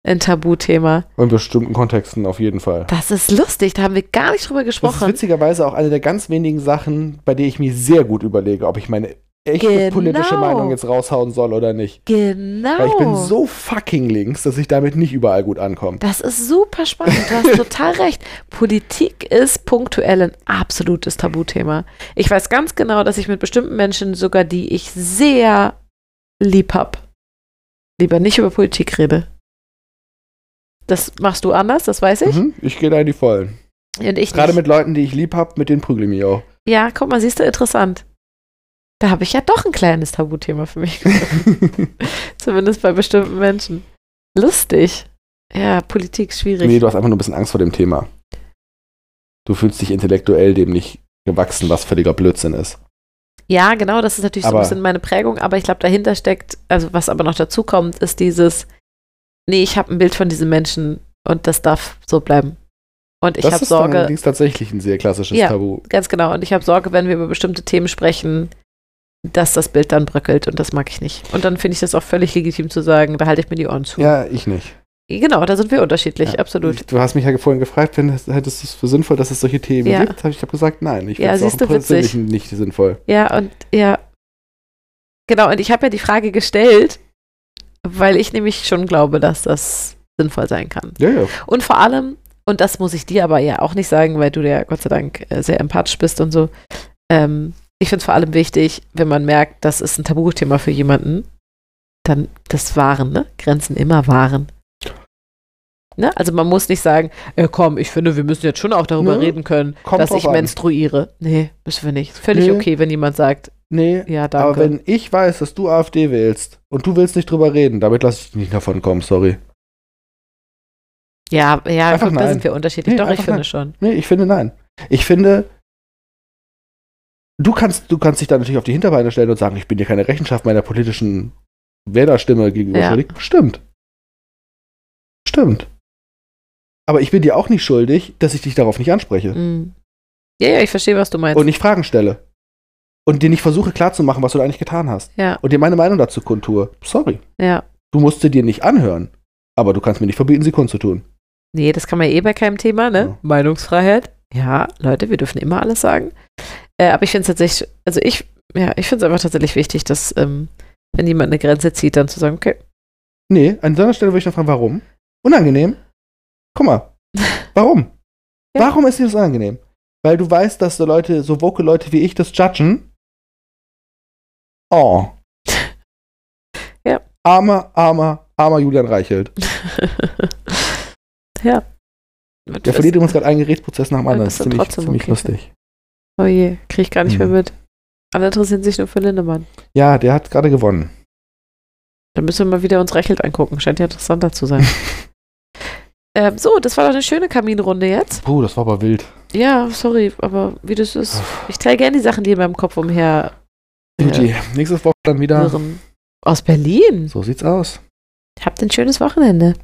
S5: ein Tabuthema.
S4: In bestimmten Kontexten auf jeden Fall.
S5: Das ist lustig, da haben wir gar nicht drüber
S4: Das ist
S5: gesprochen.
S4: witzigerweise auch eine der ganz wenigen Sachen, bei der ich mir sehr gut überlege, ob ich meine echte
S5: Genau.
S4: politische Meinung jetzt raushauen soll oder nicht.
S5: Genau.
S4: Weil ich bin so fucking links, dass ich damit nicht überall gut ankomme.
S5: Das ist super spannend. Du hast total recht. Politik ist punktuell ein absolutes Tabuthema. Ich weiß ganz genau, dass ich mit bestimmten Menschen, sogar die ich sehr lieb hab, lieber nicht über Politik rede. Das machst du anders, das weiß ich.
S4: Mhm, ich gehe da in die Vollen.
S5: Und ich
S4: Gerade
S5: nicht.
S4: mit Leuten, die ich lieb habe, mit denen prügle ich mich auch.
S5: Ja, guck mal, siehst du, interessant. Da habe ich ja doch ein kleines Tabuthema für mich. Zumindest bei bestimmten Menschen. Lustig. Ja, Politik schwierig.
S4: nee, du hast einfach nur ein bisschen Angst vor dem Thema. Du fühlst dich intellektuell dem nicht gewachsen, was völliger Blödsinn ist.
S5: Ja, genau, das ist natürlich so
S4: Aber-
S5: ein bisschen meine Prägung, aber ich glaube, dahinter steckt, also was aber noch dazu kommt, ist dieses, nee, ich habe ein Bild von diesem Menschen und das darf so bleiben. Und ich
S4: das
S5: habe
S4: ist dann
S5: Sorge,
S4: allerdings tatsächlich ein sehr klassisches
S5: Ja.
S4: Tabu.
S5: ganz genau, und ich habe Sorge, wenn wir über bestimmte Themen sprechen, dass das Bild dann bröckelt und das mag ich nicht. Und dann finde ich das auch völlig legitim zu sagen, da halte ich mir die Ohren zu.
S4: Ja, ich nicht.
S5: Genau, da sind wir unterschiedlich,
S4: Ja,
S5: absolut.
S4: Ich, du hast mich ja vorhin gefragt, wenn, hättest du es für sinnvoll, dass es solche Themen
S5: Ja.
S4: gibt? Hab ich habe gesagt, nein. Ich
S5: Ja,
S4: find's
S5: siehst
S4: auch im
S5: du, witzig.
S4: Persönlichen nicht sinnvoll.
S5: Ja, und ja. Genau, und ich habe ja die Frage gestellt, weil ich nämlich schon glaube, dass das sinnvoll sein kann.
S4: Ja, ja.
S5: Und vor allem, und das muss ich dir aber ja auch nicht sagen, weil du ja Gott sei Dank äh, sehr empathisch bist und so, ähm, ich finde es vor allem wichtig, wenn man merkt, das ist ein Tabuthema für jemanden, dann das Wahren, ne? Grenzen immer wahren. Ne? Also man muss nicht sagen, äh, komm, ich finde, wir müssen jetzt schon auch darüber
S4: Nö,
S5: reden können,
S4: Ne? kommt
S5: dass
S4: drauf
S5: ich
S4: an.
S5: menstruiere. Nee, müssen wir nicht. Ist völlig
S4: Nö.
S5: okay, wenn jemand sagt,
S4: Nee,
S5: ja, danke.
S4: aber wenn ich weiß, dass du AfD wählst und du willst nicht drüber reden, damit lasse ich dich nicht davon kommen, sorry.
S5: ja, ja,
S4: Einfach
S5: guck, da
S4: nein.
S5: sind wir unterschiedlich.
S4: Nee,
S5: Doch, ich
S4: einfach
S5: finde
S4: nein.
S5: schon.
S4: Nee, ich finde nein. Ich finde, du kannst, du kannst dich da natürlich auf die Hinterbeine stellen und sagen, ich bin dir keine Rechenschaft meiner politischen Wählerstimme gegenüber
S5: Ja.
S4: schuldig. Stimmt. Stimmt. Aber ich bin dir auch nicht schuldig, dass ich dich darauf nicht anspreche.
S5: Mm. Ja, ja, ich verstehe, was du meinst.
S4: und ich Fragen stelle. Und denen ich versuche klarzumachen, was du da eigentlich getan hast.
S5: ja,
S4: Und dir meine Meinung dazu kundtue. Sorry,
S5: ja.
S4: du musst sie dir nicht anhören. Aber du kannst mir nicht verbieten, sie kundzutun.
S5: Nee, das kann man ja eh bei keinem Thema, ne?
S4: Ja.
S5: Meinungsfreiheit. Ja, Leute, wir dürfen immer alles sagen. Äh, aber ich finde es tatsächlich, also ich, ja, ich finde es einfach tatsächlich wichtig, dass, ähm, wenn jemand eine Grenze zieht, dann zu sagen, okay,
S4: Nee, an so einer Stelle würde ich noch fragen, warum? Unangenehm? Guck mal, warum?
S5: Ja.
S4: Warum ist dir das unangenehm? weil du weißt, dass so Leute, so woke Leute wie ich das judgen. Oh.
S5: Ja.
S4: Armer, armer, armer Julian Reichelt.
S5: ja.
S4: Der verliert übrigens gerade einen Gerichtsprozess nach dem
S5: Aber
S4: anderen. Das
S5: das
S4: ist
S5: ist
S4: ziemlich,
S5: trotzdem
S4: ziemlich
S5: okay.
S4: lustig.
S5: Oh je, krieg ich gar nicht mehr
S4: Hm.
S5: mit. Alle interessieren sich nur für Lindemann.
S4: Ja, der hat gerade gewonnen.
S5: Dann müssen wir mal wieder uns Rechelt angucken. Scheint ja interessanter zu sein. ähm, so, das war doch eine schöne Kaminrunde jetzt.
S4: Puh, das war aber wild.
S5: Ja, sorry, aber wie das ist. Ich teile gerne die Sachen, die in meinem Kopf umher
S4: Beauty. Nächstes Woche dann wieder.
S5: irren. Aus Berlin.
S4: So sieht's aus.
S5: Habt ein schönes Wochenende.